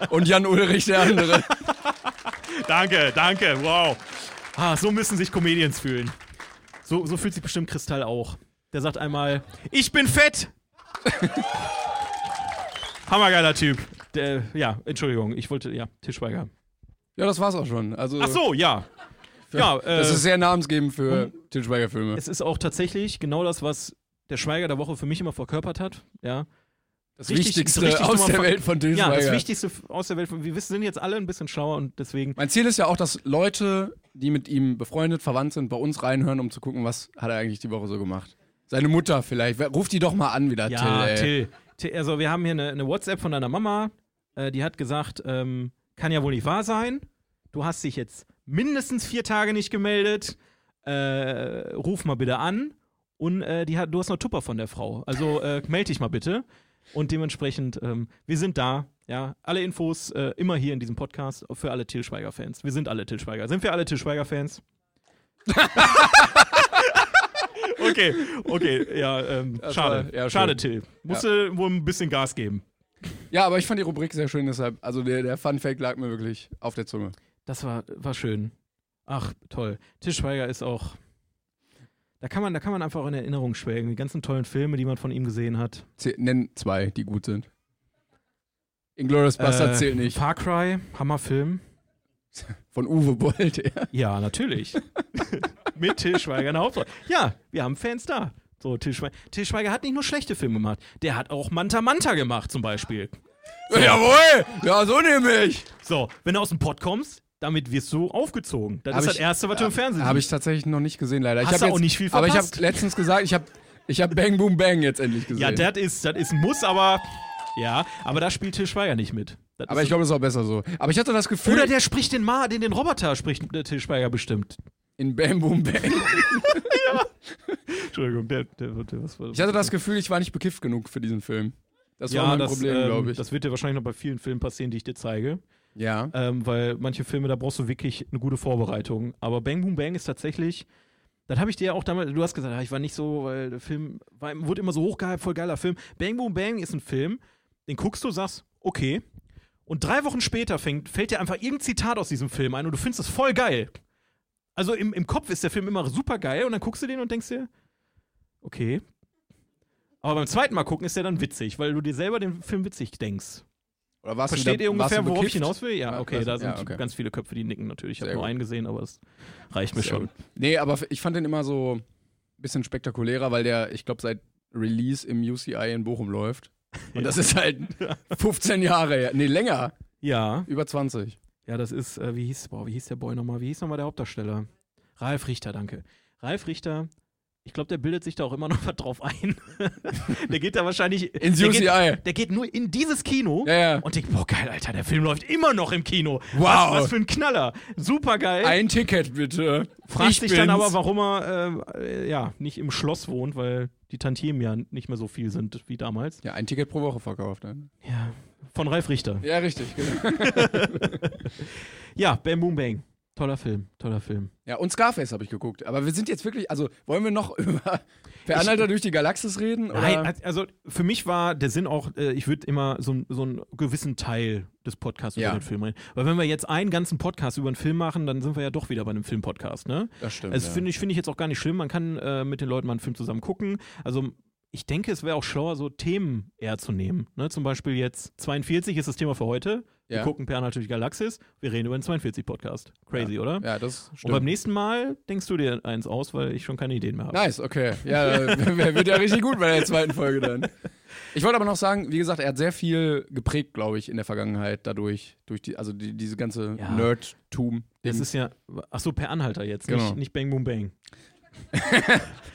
Und Jan Ulrich, der andere. danke, danke, wow. Ah, so müssen sich Comedians fühlen. So, so fühlt sich bestimmt Kristall auch. Der sagt einmal, ich bin fett. Hammergeiler Typ. Der, ja, Entschuldigung, ich wollte, ja, Till Schweiger. ja, das war's auch schon. Also, Ach so, ja. Ja, äh, das ist sehr namensgebend für Til Schweiger-Filme. es ist auch tatsächlich genau das, was der Schweiger der Woche für mich immer verkörpert hat. Ja, Das richtig- Wichtigste richtig aus Nummer der von- Welt von Til ja Schweiger. das Wichtigste f- aus der Welt. Wir wissen, sind jetzt alle ein bisschen schlauer und deswegen. Mein Ziel ist ja auch, dass Leute, die mit ihm befreundet, verwandt sind, bei uns reinhören, um zu gucken, was hat er eigentlich die Woche so gemacht. Seine Mutter vielleicht. Wer- Ruf die doch mal an wieder, Ja, Till. Ey. Till, Till. Also, wir haben hier eine, eine WhatsApp von deiner Mama, äh, die hat gesagt: ähm, Kann ja wohl nicht wahr sein. Du hast dich jetzt mindestens vier Tage nicht gemeldet. Äh, ruf mal bitte an. Und äh, die hat, du hast noch Tupper von der Frau. Also äh, melde dich mal bitte. Und dementsprechend, ähm, wir sind da. Ja, alle Infos äh, immer hier in diesem Podcast für alle Til Schweiger-Fans. Wir sind alle Til Schweiger. Sind wir alle Til Schweiger-Fans? okay, okay, ja, ähm, Das war- schade. ja, schade, schön. Till. Musste wohl ein bisschen Gas geben. Ja, aber ich fand die Rubrik sehr schön, deshalb. Also der, der Fun Fact lag mir wirklich auf der Zunge. Das war, war schön. Ach, toll. Tischweiger ist auch. Da kann, man, da kann man einfach in Erinnerung schwelgen. Die ganzen tollen Filme, die man von ihm gesehen hat. Zäh- nenn zwei, die gut sind. Inglourious Bastard Äh, zählt nicht. Far Cry, Hammerfilm. Von Uwe Boll, der. Ja, natürlich. Mit Til Schweiger in der Hauptrolle. Ja, wir haben Fans da. So, Til Schweiger. Til Schweiger hat nicht nur schlechte Filme gemacht. Der hat auch Manta Manta gemacht, zum Beispiel. Jawohl! Ja, so nehme ich! So, wenn du aus dem Pott kommst, damit wirst du aufgezogen. Das Hab ist das ich- Erste, was du im Fernsehen Habe ich tatsächlich noch nicht gesehen, leider. Hast ich du hab auch nicht viel Aber ich verpasst? habe letztens gesagt, ich habe ich hab Bang Boom Bang jetzt endlich gesehen. Ja, das ist, das ist ein Muss, aber ja, aber da spielt Til Schweiger nicht mit. Das aber ist ich glaube, das ist auch besser so. Aber ich hatte das Gefühl, oder der spricht den Ma, den, den Roboter spricht der Til Schweiger bestimmt. in Bang Boom Bang, Entschuldigung, der, der, der was war ich hatte das Gefühl, ich war nicht bekifft genug für diesen Film. Das ja, war mein das, Problem, ähm, glaube ich. Das wird dir wahrscheinlich noch bei vielen Filmen passieren, die ich dir zeige. ja. Ähm, weil manche Filme, da brauchst du wirklich eine gute Vorbereitung. Aber Bang Boom Bang ist tatsächlich, das habe ich dir ja auch damals, du hast gesagt, ah, ich war nicht so, weil der Film war, wurde immer so hochgehypt, voll geiler Film. Bang Boom Bang ist ein Film, den guckst du, sagst, okay. Und drei Wochen später fängt, fällt dir einfach irgendein Zitat aus diesem Film ein und du findest es voll geil. Also im, im Kopf ist der Film immer super geil und dann guckst du den und denkst dir, okay. Aber beim zweiten Mal gucken ist der dann witzig, weil du dir selber den Film witzig denkst. Oder warst Versteht da- ihr ungefähr, warst du worauf ich bekifft? hinaus will? Ja, Ja, okay, also, da sind ja, okay. ganz viele Köpfe, die nicken natürlich. Ich habe Sehr nur gut. einen gesehen, aber das reicht mir Sehr schon. gut. Nee, aber f- ich fand den immer so ein bisschen spektakulärer, weil der, ich glaube, seit Release im UCI in Bochum läuft. Und das ist halt 15 Jahre her. Nee, länger. Ja, Über 20. ja, das ist, äh, wie hieß, boah, wie hieß der Boy nochmal? Wie hieß nochmal der Hauptdarsteller? Ralf Richter, danke. Ralf Richter, ich glaube, der bildet sich da auch immer noch was drauf ein. der geht da wahrscheinlich. Ins der UCI. Geht, der geht nur in dieses Kino. Ja, ja. Und denkt, boah, geil, Alter, der Film läuft immer noch im Kino. Wow. Was, was für ein Knaller. Super geil. Ein Ticket bitte. Fragt ich sich bin's. dann aber, warum er äh, äh, ja, nicht im Schloss wohnt, weil die Tantiemen ja nicht mehr so viel sind wie damals. Ja, ein Ticket pro Woche verkauft. Ne? Ja. Von Ralf Richter. Ja, richtig, genau. Ja, Bam Boom Bang. Toller Film, toller Film. Ja, und Scarface habe ich geguckt. Aber wir sind jetzt wirklich, also wollen wir noch über Veranhalter durch die Galaxis reden? Oder? Nein, also für mich war der Sinn auch, äh, ich würde immer so, ein- so einen gewissen Teil des Podcasts Ja. über den Film reden. Weil wenn wir jetzt einen ganzen Podcast über einen Film machen, dann sind wir ja doch wieder bei einem Film-Podcast, ne? das stimmt. Also ja. finde ich, finde ich jetzt auch gar nicht schlimm. Man kann äh, mit den Leuten mal einen Film zusammen gucken. Also ich denke, es wäre auch schlauer, so Themen eher zu nehmen. Ne? Zum Beispiel jetzt 42 ist das Thema für heute. Wir Ja. gucken per natürlich Galaxis. Wir reden über den 42-Podcast. Crazy, oder? ja, Und das beim stimmt. nächsten Mal denkst du dir eins aus, weil ich schon keine Ideen mehr habe. Nice, okay. Ja, äh, wird ja richtig gut bei der zweiten Folge dann. Ich wollte aber noch sagen, wie gesagt, er hat sehr viel geprägt, glaube ich, in der Vergangenheit dadurch, durch die, also die, diese ganze Ja. Nerdtum. Das ist ja, ach so, per Anhalter jetzt, Genau. nicht, nicht Bang Boom Bang.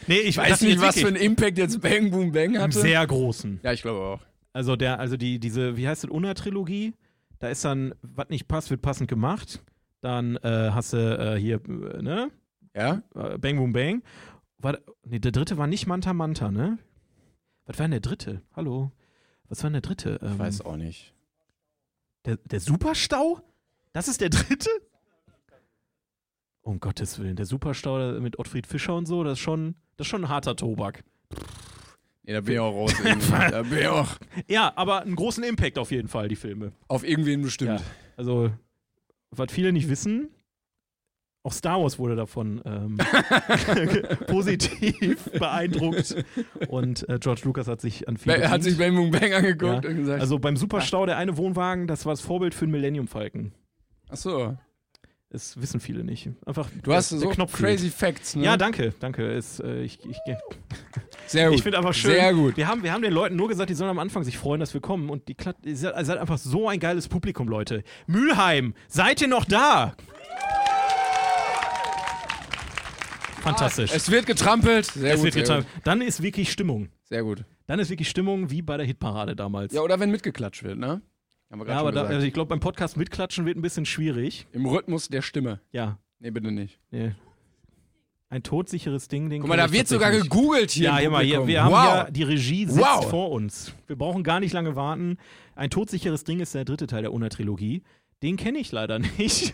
nee, ich ich weiß das nicht, jetzt was für wirklich einen Impact jetzt Bang Boom Bang einen hatte. sehr großen. ja, ich glaube auch. Also der, also die, diese, wie heißt das, Una-Trilogie, da ist dann, was nicht passt, wird passend gemacht. Dann äh, hast du äh, hier, äh, ne? Ja? Äh, Bang Boom Bang. War, nee, der dritte war nicht Manta Manta, ne? Was war denn der dritte? Hallo? Was war denn der dritte? Ähm, Ich weiß auch nicht. Der, der Superstau? Das ist der dritte? Um Gottes Willen, der Superstau mit Ottfried Fischer und so, das ist schon, das ist schon ein harter Tobak. Nee, da bin ich auch raus. irgendwie. da bin ich auch Ja, aber einen großen Impact auf jeden Fall, die Filme. auf irgendwen bestimmt. Ja. Also, was viele nicht wissen, auch Star Wars wurde davon ähm, positiv beeindruckt. Und äh, George Lucas hat sich an viele. Er hat sich bedient. Bang Boom Bang angeguckt Ja. und gesagt, also beim Superstau, der eine Wohnwagen, das war das Vorbild für den Millennium Falcon. ach so, Das wissen viele nicht. Einfach du hast der, so der Knopf fehlt. crazy Facts, ne? Ja, danke, danke. Es, äh, ich ich, ich Sehr gut. finde einfach schön. Sehr gut. Wir haben, wir haben den Leuten nur gesagt, die sollen am Anfang sich freuen, dass wir kommen. Und die Klat ihr seid, ihr seid einfach so ein geiles Publikum, Leute. Mülheim, seid ihr noch da? Fantastisch. Es wird getrampelt. Sehr Es gut. wird sehr, getan. gut. Dann ist wirklich Stimmung. sehr gut. Dann ist wirklich Stimmung wie bei der Hitparade damals. Ja, oder wenn mitgeklatscht wird, ne? Haben wir gerade Ja, schon aber da, äh, gesagt. also ich glaube, beim Podcast mitklatschen wird ein bisschen schwierig. Im Rhythmus der Stimme. Ja. Nee, bitte nicht. Nee. Ein todsicheres Ding. Den Guck mal, kann da ich wird sogar tatsächlich nicht. gegoogelt hier. Ja, im hier mal hier. Publikum. Wir haben wow. ja die Regie sitzt Wow. vor uns. Wir brauchen gar nicht lange warten. Ein todsicheres Ding ist der dritte Teil der Una-Trilogie. Den kenne ich leider nicht.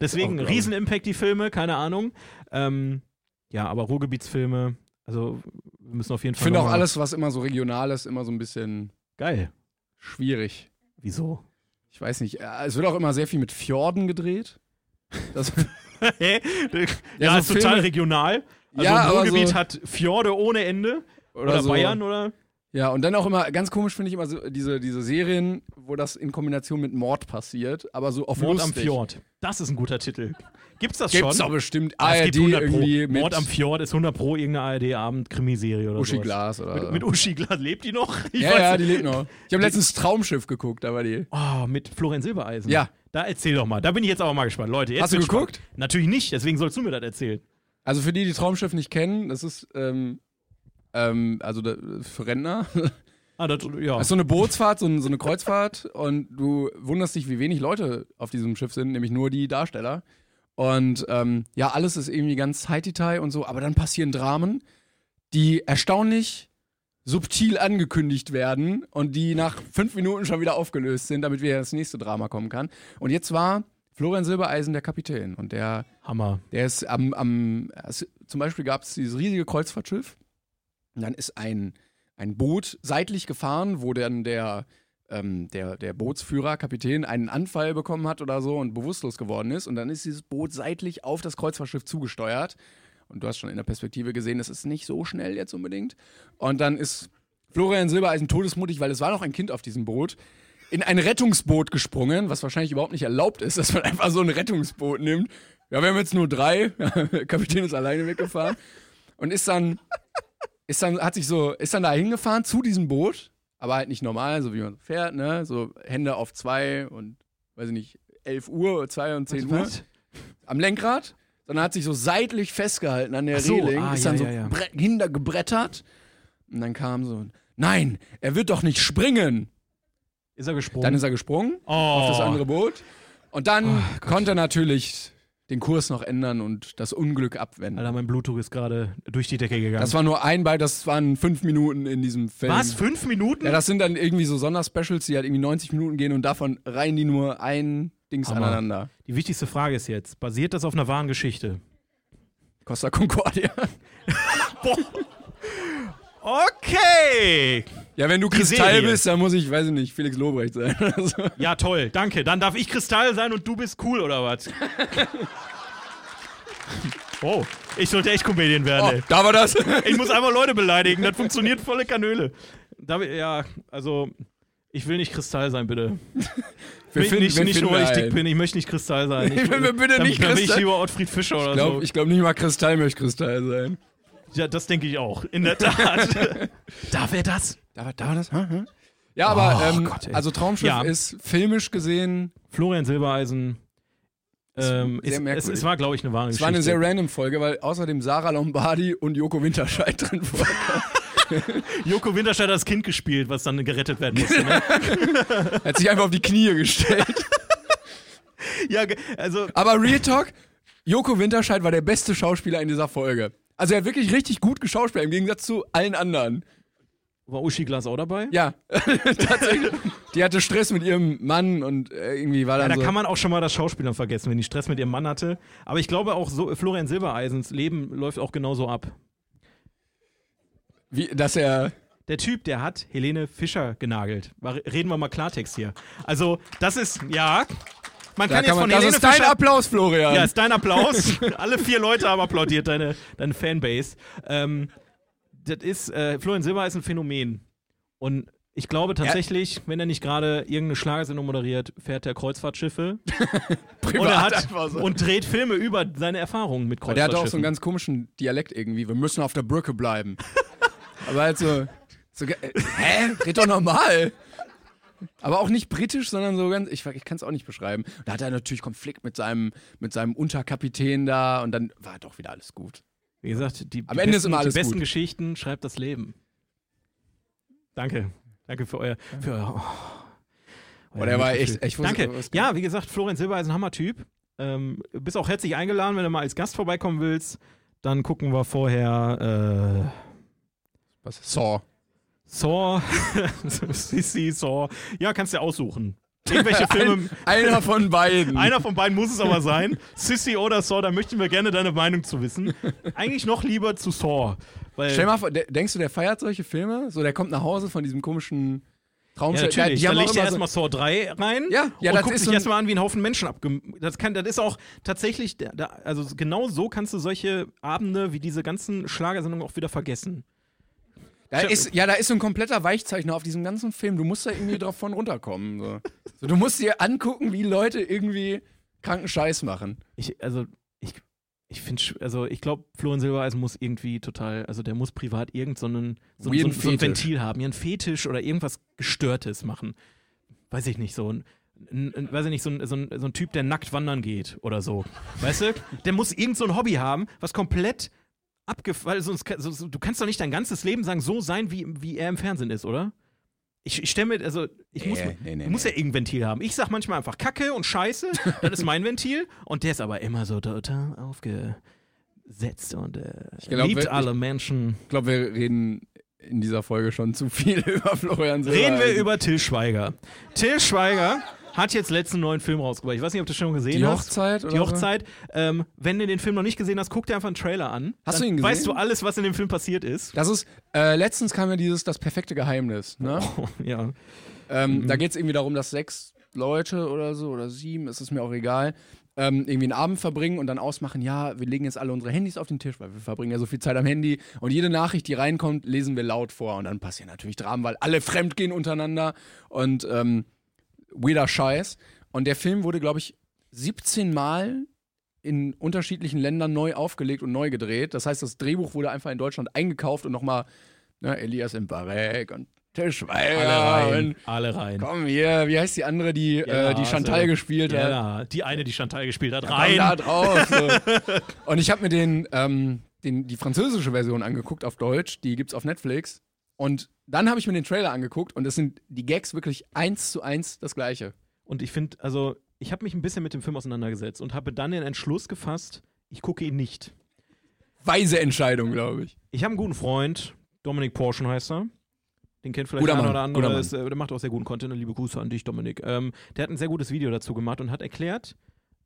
Deswegen Auch glauben. Riesen-Impact die Filme, keine Ahnung. Ähm, ja, aber Ruhrgebietsfilme, also wir müssen auf jeden Ich Fall. finde auch noch mal- alles, was immer so regional ist, immer so ein bisschen geil. schwierig. Wieso? Ich weiß nicht. äh, Es wird auch immer sehr viel mit Fjorden gedreht. Das, Hä? Ja, ja, so ist total Filme- regional. Also Ja, aber Ruhrgebiet so- hat Fjorde ohne Ende. Oder, so. Bayern oder? Ja, und dann auch immer, ganz komisch finde ich immer so, diese, diese Serien, wo das in Kombination mit Mord passiert, aber so auf Mord am lustig. Fjord. Das ist ein guter Titel. Gibt's das Gibt's schon? doch bestimmt Ja, es ARD gibt 100 Pro. irgendwie mit Mord am Fjord ist 100 Pro irgendeine ARD-Abend-Krimiserie oder Uschi sowas. Glas oder Mit, mit Uschi Glas lebt die noch? Ich Ja, ja, die nicht. lebt noch. Ich habe letztens Traumschiff geguckt, aber die. Oh, mit Florian Silbereisen. Ja. Da erzähl doch mal. Da bin ich jetzt aber mal gespannt. Leute, jetzt Hast du wird's geguckt? Spannend. Natürlich nicht, deswegen sollst du mir das erzählen. Also für die, die Traumschiff nicht kennen, das ist ähm, ähm, also da, für Rentner. Ah, das, ja. Das ist so eine Bootsfahrt, so, ein, so eine Kreuzfahrt und du wunderst dich, wie wenig Leute auf diesem Schiff sind, nämlich nur die Darsteller. Und ähm, ja, alles ist irgendwie ganz high und so, aber dann passieren Dramen, die erstaunlich subtil angekündigt werden und die nach fünf Minuten schon wieder aufgelöst sind, damit wieder das nächste Drama kommen kann. Und jetzt war Florian Silbereisen der Kapitän und der Hammer. der ist am, am es, zum Beispiel gab es dieses riesige Kreuzfahrtschiff. Und dann ist ein, ein Boot seitlich gefahren, wo dann der, ähm, der, der Bootsführer, Kapitän, einen Anfall bekommen hat oder so und bewusstlos geworden ist. Und dann ist dieses Boot seitlich auf das Kreuzfahrtschiff zugesteuert. Und du hast schon in der Perspektive gesehen, das ist nicht so schnell jetzt unbedingt. Und dann ist Florian Silbereisen todesmutig, weil es war noch ein Kind auf diesem Boot, in ein Rettungsboot gesprungen, was wahrscheinlich überhaupt nicht erlaubt ist, dass man einfach so ein Rettungsboot nimmt. Ja, wir haben jetzt nur drei. Der Kapitän ist alleine weggefahren. Und ist dann, ist dann, hat sich so, ist dann da hingefahren zu diesem Boot, aber halt nicht normal, so wie man fährt, ne? So Hände auf zwei und, weiß ich nicht, 11 Uhr, 2 und 10 Uhr Was? am Lenkrad, sondern hat sich so seitlich festgehalten an der Ach so, Reling, ah, ist ja, dann ja, ja. so bre- hintergebrettert. Und dann kam so, ein, nein, er wird doch nicht springen. Ist er gesprungen? Dann ist er gesprungen oh. auf das andere Boot. Und dann konnte er natürlich den Kurs noch ändern und das Unglück abwenden. Alter, mein Blutdruck ist gerade durch die Decke gegangen. Das war nur ein Ball, das waren fünf Minuten in diesem Film. Was? Fünf Minuten? Ja, das sind dann irgendwie so Sonderspecials, die halt irgendwie 90 Minuten gehen und davon reihen die nur ein Dings Hammer. aneinander. die wichtigste Frage ist jetzt: Basiert das auf einer wahren Geschichte? Costa Concordia. Okay! Ja, wenn du Kristall Serie. bist, dann muss ich, weiß ich nicht, Felix Lobrecht sein. oder so. Ja, toll, danke. Dann darf ich Kristall sein und du bist cool, oder was? oh, ich sollte echt Comedian werden, ey. Oh, da war das. Ich muss einfach Leute beleidigen, das funktioniert volle Kanöle. Da, ja, also, ich will nicht Kristall sein, bitte. Wir Mich finden- nicht, wir nicht finden nur, weil ich einen. dick bin, ich möchte nicht Kristall sein. Ich will mir bitte dann, nicht dann bin ich Kristall- lieber Ottfried Fischer oder Ich glaube so. ich glaub nicht mal Kristall möchte Kristall sein. ja, das denke ich auch, in der Tat. da wäre das. Da war, da war das? Ja, aber Oh ähm, Gott, ey. also Traumschiff Ja. ist filmisch gesehen, Florian Silbereisen. Ähm, sehr ist, es, merkwürdig. es war, glaube ich, eine wahre es Geschichte. war eine sehr random Folge, weil außerdem Sarah Lombardi und Joko Winterscheid drin waren. Joko Winterscheid hat das Kind gespielt, was dann gerettet werden musste. Ne? Hat sich einfach auf die Knie gestellt. ja, ge- also Aber Real Talk, Joko Winterscheid war der beste Schauspieler in dieser Folge. Also er hat wirklich richtig gut geschauspielt, im Gegensatz zu allen anderen. war Uschi Glas auch dabei? Ja, tatsächlich. Die hatte Stress mit ihrem Mann und äh, irgendwie war dann Ja, da so. kann man auch schon mal das Schauspielern vergessen, wenn die Stress mit ihrem Mann hatte. Aber ich glaube auch, so, äh, Florian Silbereisens Leben läuft auch genauso ab. wie, dass er Der Typ, der hat Helene Fischer genagelt. War, reden wir mal Klartext hier. Also, das ist, ja. Man Da kann, kann jetzt von man, das Helene ist dein Fischer. Applaus, Florian. Ja, ist dein Applaus. Alle vier Leute haben applaudiert, deine, deine Fanbase. Ähm, das ist, äh, Florian Silber ist ein Phänomen. Und ich glaube tatsächlich, wenn er nicht gerade irgendeine Schlagersendung moderiert, fährt er Kreuzfahrtschiffe Privat und, er hat, einfach so. und dreht Filme über seine Erfahrungen mit der Kreuzfahrtschiffen. hatte auch so einen ganz komischen Dialekt irgendwie. Wir müssen auf der Brücke bleiben. Aber halt so. so ge- äh, hä? Red doch normal. Aber auch nicht britisch, sondern so ganz. Ich, ich kann es auch nicht beschreiben. Da hat er natürlich Konflikt mit seinem, mit seinem Unterkapitän da und dann war doch wieder alles gut. Wie gesagt, die, Am die Ende ist besten, immer alles die besten gut. Geschichten schreibt das Leben. Danke. Danke für euer. Für euer oh, euer Boah, der war Mitgefühl. echt- echt- Danke. was- Ja, wie gesagt, Florian Silber ist ein Hammer-Typ. Ähm, bist auch herzlich eingeladen, wenn du mal als Gast vorbeikommen willst. Dann gucken wir vorher äh, Was? Saw. Saw. Sissi, Saw. Ja, kannst du aussuchen. Irgendwelche Filme. Einer von beiden. Einer von beiden muss es aber sein. Sissy oder Saw, da möchten wir gerne deine Meinung zu wissen. Eigentlich noch lieber zu Saw. Weil Stell dir mal vor, de- denkst du, der feiert solche Filme? So, der kommt nach Hause von diesem komischen Traum. Ja, natürlich. haben da auch legt er immer so- erstmal Saw 3 rein Ja, ja, und das guckt ist sich so ein- erstmal an, wie ein Haufen Menschen abge... Das, kann, das ist auch tatsächlich, da- da, also genau so kannst du solche Abende wie diese ganzen Schlagersendungen auch wieder vergessen. Da ist, ja, da ist so ein kompletter Weichzeichner auf diesem ganzen Film. Du musst da irgendwie drauf von runterkommen. So. So, du musst dir angucken, wie Leute irgendwie kranken Scheiß machen. Ich, also, ich, ich finde, also ich glaube, Florian Silbereisen muss irgendwie total, also der muss privat irgend so, einen, so, so, Weirden so ein Fetisch. Ventil haben, ja, ein Fetisch oder irgendwas Gestörtes machen. Weiß ich nicht, so ein, ein, ein weiß ich nicht, so ein, so, ein, so ein Typ, der nackt wandern geht oder so. Weißt du? Der muss irgend so ein Hobby haben, was komplett abgef... Weil sonst, kann- so, so, du kannst doch nicht dein ganzes Leben sagen, so sein, wie, wie er im Fernsehen ist, oder? Ich, ich stelle mir, also ich muss, Nee, mir- nee, nee, du musst ja irgendein Ventil haben. Ich sag manchmal einfach Kacke und Scheiße, das ist mein Ventil und der ist aber immer so total aufgesetzt und äh, glaub, liebt wir- alle Menschen. Ich glaube, wir reden in dieser Folge schon zu viel über Florian Reden Silbereisen. wir über Till Schweiger. Till Schweiger hat jetzt letzten neuen Film rausgebracht. Ich weiß nicht, ob du schon gesehen die hast. Hochzeit? Oder Die Hochzeit. Ähm, wenn du den Film noch nicht gesehen hast, guck dir einfach einen Trailer an. Hast Dann du ihn Weißt du gesehen? alles, was in dem Film passiert ist? So? Das ist, äh, letztens kam ja dieses Das perfekte Geheimnis. Ne? ja. Ähm, Mhm. Da geht es irgendwie darum, dass sechs Leute oder so oder sieben, ist es mir auch egal, ähm, irgendwie einen Abend verbringen und dann ausmachen, ja, wir legen jetzt alle unsere Handys auf den Tisch, weil wir verbringen ja so viel Zeit am Handy und jede Nachricht, die reinkommt, lesen wir laut vor und dann passieren natürlich Dramen, weil alle fremd gehen untereinander und ähm, weirder Scheiß. Und der Film wurde, glaube ich, 17 Mal in unterschiedlichen Ländern neu aufgelegt und neu gedreht. Das heißt, das Drehbuch wurde einfach in Deutschland eingekauft und nochmal, ne, Elias Mbarek und Alle Tischweiger und rein. Alle rein. Komm hier, wie heißt die andere, die, äh, die Hase. Chantal gespielt hat? Genau, also, Ja, die eine, die Chantal gespielt hat. Komm da Rein. drauf. So. Und ich habe mir den, ähm, den, die französische Version angeguckt auf Deutsch, die gibt's auf Netflix. Und dann habe ich mir den Trailer angeguckt und es sind die Gags wirklich eins zu eins das gleiche. Und ich finde, also, ich habe mich ein bisschen mit dem Film auseinandergesetzt und habe dann den Entschluss gefasst, ich gucke ihn nicht. Weise Entscheidung, glaube ich. Ich habe einen guten Freund, Dominik Porschen heißt er. Den kennt vielleicht Guter der eine Mann, oder guter andere. Mann. Ist, äh, der macht auch sehr guten Content. Liebe Grüße an dich, Dominik. Ähm, der hat ein sehr gutes Video dazu gemacht und hat erklärt,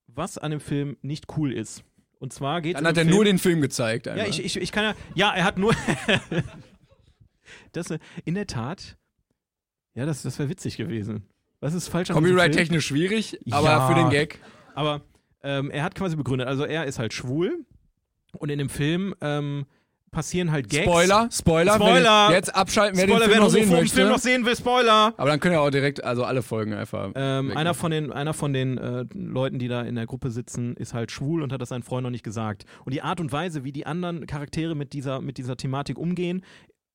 was an dem Film nicht cool ist. Und zwar geht Dann es hat in er dem um Film, nur den Film gezeigt. Einmal. Ja, ich, ich, ich kann ja. Ja, er hat nur. das, äh, in der Tat. Ja, das, das wäre witzig gewesen. Was ist falsch an diesem Film? Copyright-technisch schwierig, aber Ja. für den Gag. Aber ähm, er hat quasi begründet, also er ist halt schwul und in dem Film ähm, passieren halt Gags. Spoiler, Spoiler. wer Spoiler. den- Jetzt abschalten, wer Spoiler, den Film wer noch noch sehen vom möchte. Film noch sehen will, Spoiler! aber dann können ja auch direkt, also alle Folgen einfach. Ähm, weg. einer von den, einer von den äh, Leuten, die da in der Gruppe sitzen, ist halt schwul und hat das seinen Freund noch nicht gesagt. Und die Art und Weise, wie die anderen Charaktere mit dieser, mit dieser Thematik umgehen,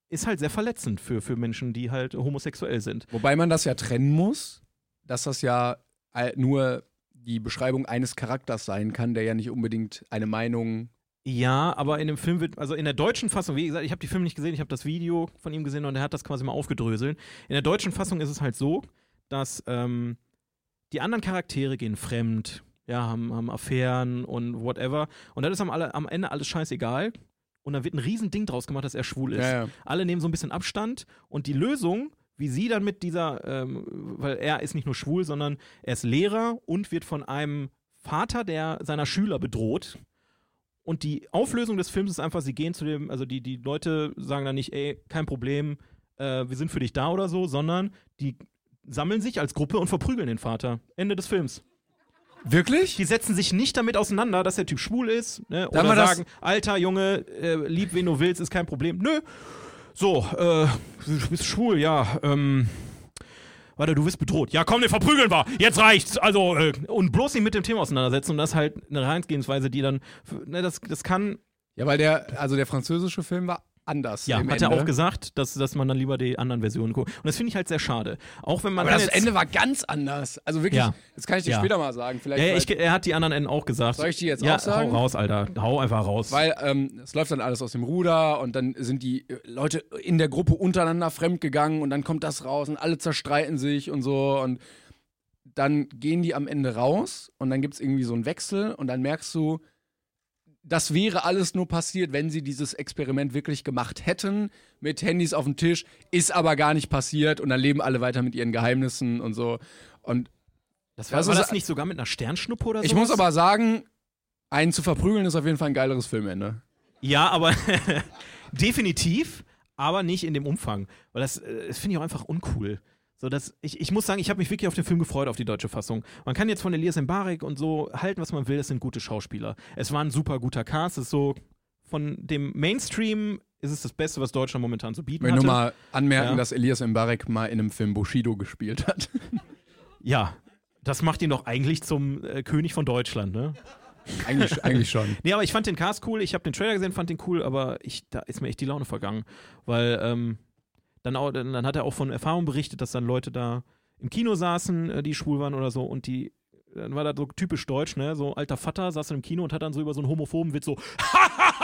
ist halt sehr verletzend für, für Menschen, die halt homosexuell sind. Wobei man das ja trennen muss, dass das ja all- nur die Beschreibung eines Charakters sein kann, der ja nicht unbedingt eine Meinung. Ja, aber in dem Film wird, also in der deutschen Fassung, wie gesagt, ich habe die Filme nicht gesehen, ich habe das Video von ihm gesehen und er hat das quasi mal aufgedröselt. In der deutschen Fassung ist es halt so, dass ähm, die anderen Charaktere gehen fremd, ja, haben, haben Affären und whatever. Und dann ist am, alle, am Ende alles scheißegal. Und dann wird ein Riesending draus gemacht, dass er schwul ist. Ja, ja. Alle nehmen so ein bisschen Abstand und die Lösung, wie sie dann mit dieser, ähm, weil er ist nicht nur schwul, sondern er ist Lehrer und wird von einem Vater der seiner Schüler bedroht. Und die Auflösung des Films ist einfach, sie gehen zu dem, also die, die Leute sagen dann nicht, ey, kein Problem, äh, wir sind für dich da oder so, sondern die sammeln sich als Gruppe und verprügeln den Vater. Ende des Films. Wirklich? Die setzen sich nicht damit auseinander, dass der Typ schwul ist. Ne? Dann Oder war das- sagen, Alter, Junge, äh, lieb, wen du willst, ist kein Problem. Nö. So, äh, du bist schwul, ja. Ähm, warte, du bist bedroht. Ja, Ja, komm, den verprügeln wir. Jetzt reicht's. Also, äh, und bloß nicht mit dem Thema auseinandersetzen. Und das ist halt eine Herangehensweise, die dann, ne, das, das kann, Ja, weil der, also der französische Film war anders. ja, dem hat er Ende. auch gesagt, dass, dass man dann lieber die anderen Versionen guckt. Und das finde ich halt sehr schade. Auch wenn man Aber dann das jetzt, Ende war ganz anders. Also wirklich, Ja. das kann ich dir Ja. später mal sagen. Vielleicht, ja, ja, weil- ich, er hat die anderen Enden auch gesagt. Soll ich die jetzt ja, auch sagen? hau raus, Alter. Hau einfach raus. Weil ähm, es läuft dann alles aus dem Ruder und dann sind die äh, Leute in der Gruppe untereinander fremdgegangen und dann kommt das raus und alle zerstreiten sich und so und dann gehen die am Ende raus und dann gibt es irgendwie so einen Wechsel und dann merkst du, das wäre alles nur passiert, wenn sie dieses Experiment wirklich gemacht hätten mit Handys auf dem Tisch, ist aber gar nicht passiert und dann leben alle weiter mit ihren Geheimnissen und so und das das war ist- das nicht sogar mit einer Sternschnuppe oder so? ich muss aber sagen, einen zu verprügeln ist auf jeden Fall ein geileres Filmende. Ja, aber definitiv, aber nicht in dem Umfang. Weil das, äh, das finde ich auch einfach uncool. So, dass ich, ich muss sagen, ich habe mich wirklich auf den Film gefreut, auf die deutsche Fassung. Man kann jetzt von Elias Mbarek und so halten, was man will, das sind gute Schauspieler. Es war ein super guter Cast, es ist so von dem Mainstream ist es das Beste, was Deutschland momentan zu bieten Wenn hatte. nur mal anmerken, Ja. dass Elias Mbarek mal in einem Film Bushido gespielt hat. ja, das macht ihn doch eigentlich zum äh, König von Deutschland, ne? eigentlich, eigentlich schon. Nee, aber ich fand den Cast cool, ich habe den Trailer gesehen, fand den cool, aber ich, da ist mir echt die Laune vergangen. Weil ähm, dann, auch, dann, dann hat er auch von Erfahrung berichtet, dass dann Leute da im Kino saßen, äh, die schwul waren oder so und die. Dann war da so typisch deutsch, ne? So alter Vater saß dann im Kino und hat dann so über so einen homophoben Witz so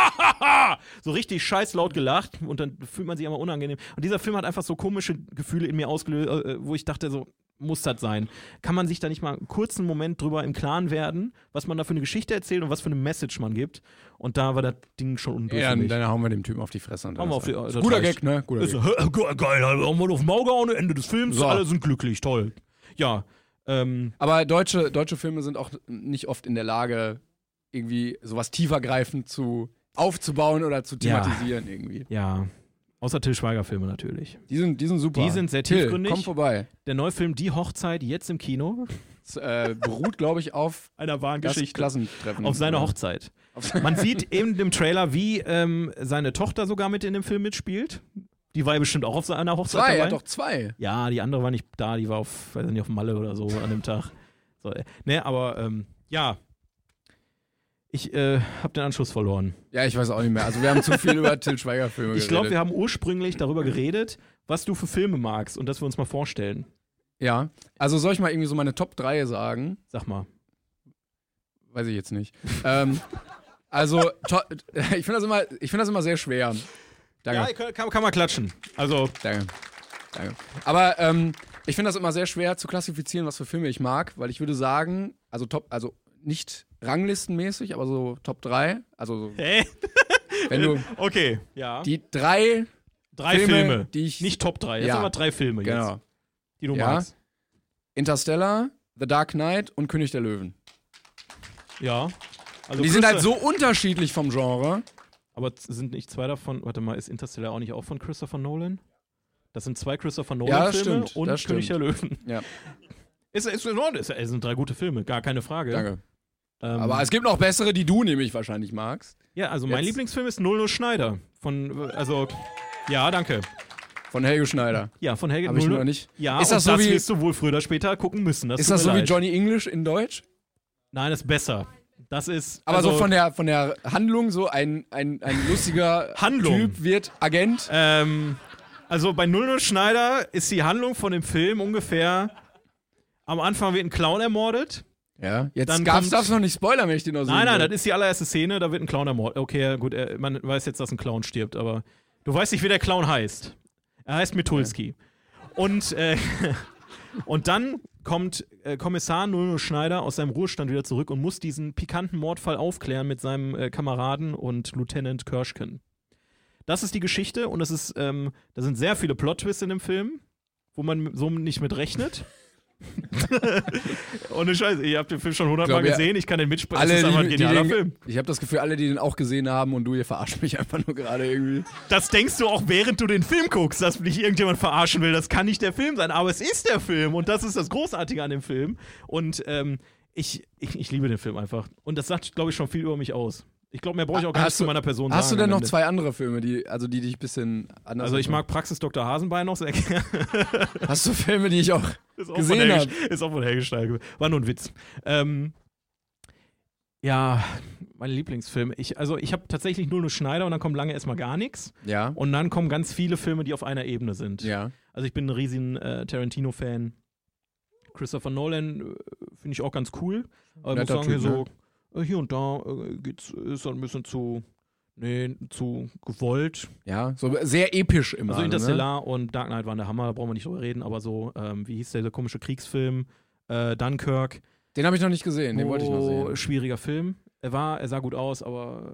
so richtig scheiß laut gelacht und dann fühlt man sich immer unangenehm. Und dieser Film hat einfach so komische Gefühle in mir ausgelöst, äh, wo ich dachte so, muss das sein? Kann man sich da nicht mal einen kurzen Moment drüber im Klaren werden, was man da für eine Geschichte erzählt und was für eine Message man gibt? Und da war das Ding schon undurch. Ja, für mich. dann hauen wir dem Typen auf die Fresse. Und dann Hauen wir ist auf die- er- das Guter reicht. Gag, ne? Guter Ist, Gag. hä, ge- geil, haben wir auf den Maul gehauen, Ende des Films, So. alle sind glücklich, toll. Ja, ähm, Aber deutsche, deutsche Filme sind auch nicht oft in der Lage, irgendwie sowas tiefergreifend zu aufzubauen oder zu Ja. thematisieren irgendwie. ja. Außer Till Schweiger-Filme natürlich. Die sind, die sind super. Die sind sehr Till, tiefgründig. Komm vorbei. Der neue Film Die Hochzeit, jetzt im Kino. Es äh, beruht, glaube ich, auf Einer wahren das Geschichte. Klassentreffen. Auf seine Oder? Hochzeit. Auf- Man sieht in dem Trailer, wie ähm, seine Tochter sogar mit in dem Film mitspielt. Die war ja bestimmt auch auf seiner Hochzeit Zwei, er dabei. hat doch zwei. Ja, die andere war nicht da, die war auf, weiß nicht, auf Malle oder so an dem Tag. So, äh, ne, aber ähm, ja. Ich äh, habe den Anschluss verloren. Ja, ich weiß auch nicht mehr. Also wir haben zu viel über Till Schweiger Filme Ich glaube, wir haben geredet. ursprünglich darüber geredet, was du für Filme magst und dass wir uns mal vorstellen. Ja. Also soll ich mal irgendwie so meine Top 3 sagen? Sag mal. Weiß ich jetzt nicht. ähm, also, to- ich finde das, immer- ich find das immer sehr schwer. Danke, Ja, kann, kann man klatschen. Also, danke, danke. Aber ähm, ich finde das immer sehr schwer zu klassifizieren, was für Filme ich mag, weil ich würde sagen, also top, also nicht ranglistenmäßig, aber so Top 3. Also, so, hä? wenn du Okay, ja. die drei, drei Filme, Filme, die ich- nicht Top 3. Jetzt Ja. haben wir drei Filme, jetzt, genau, die du Ja. magst. Interstellar, The Dark Knight und König der Löwen. Ja. Also die sind Christo- halt so unterschiedlich vom Genre. Aber z- sind nicht zwei davon, warte mal, ist Interstellar auch nicht auch von Christopher Nolan? Das sind zwei Christopher das Nolan-Filme stimmt, und das stimmt. König der Löwen. Ja. Ist, ist in Ordnung, ist, es sind drei gute Filme, gar keine Frage. Danke. Ähm, Aber es gibt noch bessere, die du nämlich wahrscheinlich magst. ja, also mein jetzt- Lieblingsfilm ist 00 Schneider. Von, also, ja, danke. Von Helge Schneider. Ja, von Helge Habe ich 00 noch nicht. ne? Ja, Ist und das so wie- wirst du wohl früher oder später gucken müssen. Das Ist tut das mir so wie leid. Johnny English in Deutsch? Nein, ist besser. Das ist. Aber also, so von der, von der Handlung, so ein, ein, ein lustiger Handlung. Typ wird Agent. Ähm, also bei 00 Schneider ist die Handlung von dem Film ungefähr. Am Anfang wird ein Clown ermordet. Ja, jetzt Dann gab's, kommt- darfst du noch nicht spoilern, wenn ich den noch sehen Nein, nein, will. das ist die allererste Szene, da wird ein Clown ermordet. Okay, ja, gut, er, man weiß jetzt, dass ein Clown stirbt, aber du weißt nicht, wie der Clown heißt. Er heißt Mitulski. Und, äh, und dann kommt äh, Kommissar 00 Schneider aus seinem Ruhestand wieder zurück und muss diesen pikanten Mordfall aufklären mit seinem äh, Kameraden und Lieutenant Kirschken. Das ist die Geschichte und das ist, ähm, da sind sehr viele Plot-Twists in dem Film, wo man so nicht mit rechnet. Ohne Scheiße, ihr habt den Film schon hundertmal Ich glaub, ja, gesehen, ich kann den mitsprechen. Alle, das ist einfach ein die, die genialer den, Film. Ich habe das Gefühl, alle, die den auch gesehen haben und du, ihr verarscht mich einfach nur gerade irgendwie. Das denkst du auch, während du den Film guckst, dass dich irgendjemand verarschen will. Das kann nicht der Film sein, aber es ist der Film und das ist das Großartige an dem Film. Und ähm, ich, ich, ich liebe den Film einfach. Und das sagt, glaube ich, schon viel über mich aus. Ich glaube, mehr brauche ich auch gar Hast nicht zu du- meiner Person sagen. Hast du denn am noch Ende. zwei andere Filme, die, also die dich ein bisschen anders Also ich mag Praxis Dr. Hasenbein noch sehr gerne. Hast du Filme, die ich auch. Ist auch Gesehen von Helge- hab. Ist auch von Helge Schneider. War nur ein Witz. Ähm, ja, mein Lieblingsfilm. Ich, also ich habe tatsächlich nur nur Schneider und dann kommt lange erstmal gar nichts. Ja. Und dann kommen ganz viele Filme, die auf einer Ebene sind. Ja. Also ich bin ein riesen äh, Tarantino-Fan. Christopher Nolan äh, finde ich auch ganz cool. Aber ich muss Netter sagen, hier, Typ, ne? so, äh, hier und da äh, geht's, ist dann ein bisschen zu, nee, zu gewollt. Ja. So sehr episch immer. Also ne? Interstellar und Dark Knight waren der Hammer, da brauchen wir nicht drüber reden, aber so, ähm, wie hieß der, der komische Kriegsfilm? Äh, Dunkirk. Den habe ich noch nicht gesehen, den wollte ich noch Oh, sehen. Schwieriger Film. Er war, er sah gut aus, aber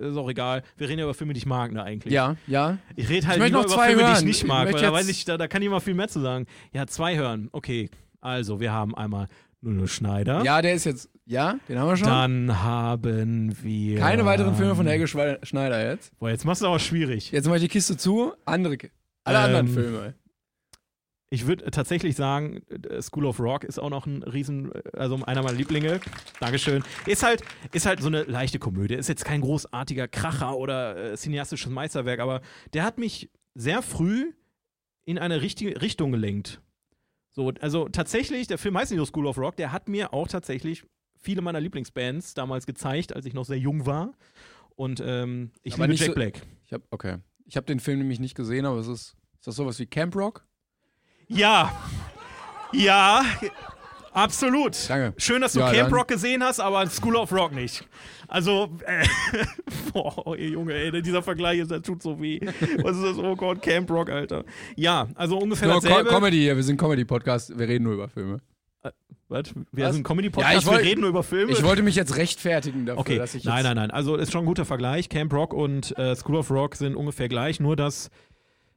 äh, ist auch egal. Wir reden ja über Filme, die ich mag, ne, eigentlich. Ja, ja. Ich rede halt Ich möchte lieber noch über zwei Filme, die ich hören. nicht Ich mag, weil möchte da jetzt- weiß ich, da, da kann ich mal viel mehr zu sagen. Ja, zwei hören. Okay, also wir haben einmal Nuno Schneider. Ja, der ist jetzt. Ja, den haben wir schon. Dann haben wir. Keine weiteren Filme von Helge Schwe- Schneider jetzt. Boah, jetzt machst du aber schwierig. Jetzt mache ich die Kiste zu. Andere. Ki- Alle Ähm, anderen Filme. Ich würde tatsächlich sagen, äh, School of Rock ist auch noch ein riesen, äh, also einer meiner Lieblinge. Dankeschön. Ist halt, ist halt so eine leichte Komödie. Ist jetzt kein großartiger Kracher oder äh, cineastisches Meisterwerk, aber der hat mich sehr früh in eine richtige Richtung gelenkt. So, also tatsächlich, der Film heißt nicht nur School of Rock, der hat mir auch tatsächlich viele meiner Lieblingsbands damals gezeigt, als ich noch sehr jung war. Und ähm, ich Aber liebe nicht Jack so- Black. Ich habe okay. Ich habe den Film nämlich nicht gesehen, aber es ist. Ist das sowas wie Camp Rock? Ja. Ja. Absolut. Danke. Schön, dass du Ja, Camp dann- Rock gesehen hast, aber School of Rock nicht. Also, äh, boah, ihr Junge, ey, dieser Vergleich, ist- das tut so weh. Was ist das? Oh Gott, Camp Rock, Alter. Ja, also ungefähr Nur Co dasselbe. Comedy hier, wir sind Comedy-Podcast, wir reden nur über Filme. Was? Wir Was? sind ein Ja, Comedy-Podcast, ich wollt- wir reden nur über Filme. Ich wollte mich jetzt rechtfertigen dafür, okay, dass ich jetzt. nein, nein, nein. Also, ist schon ein guter Vergleich. Camp Rock und äh, School of Rock sind ungefähr gleich, nur dass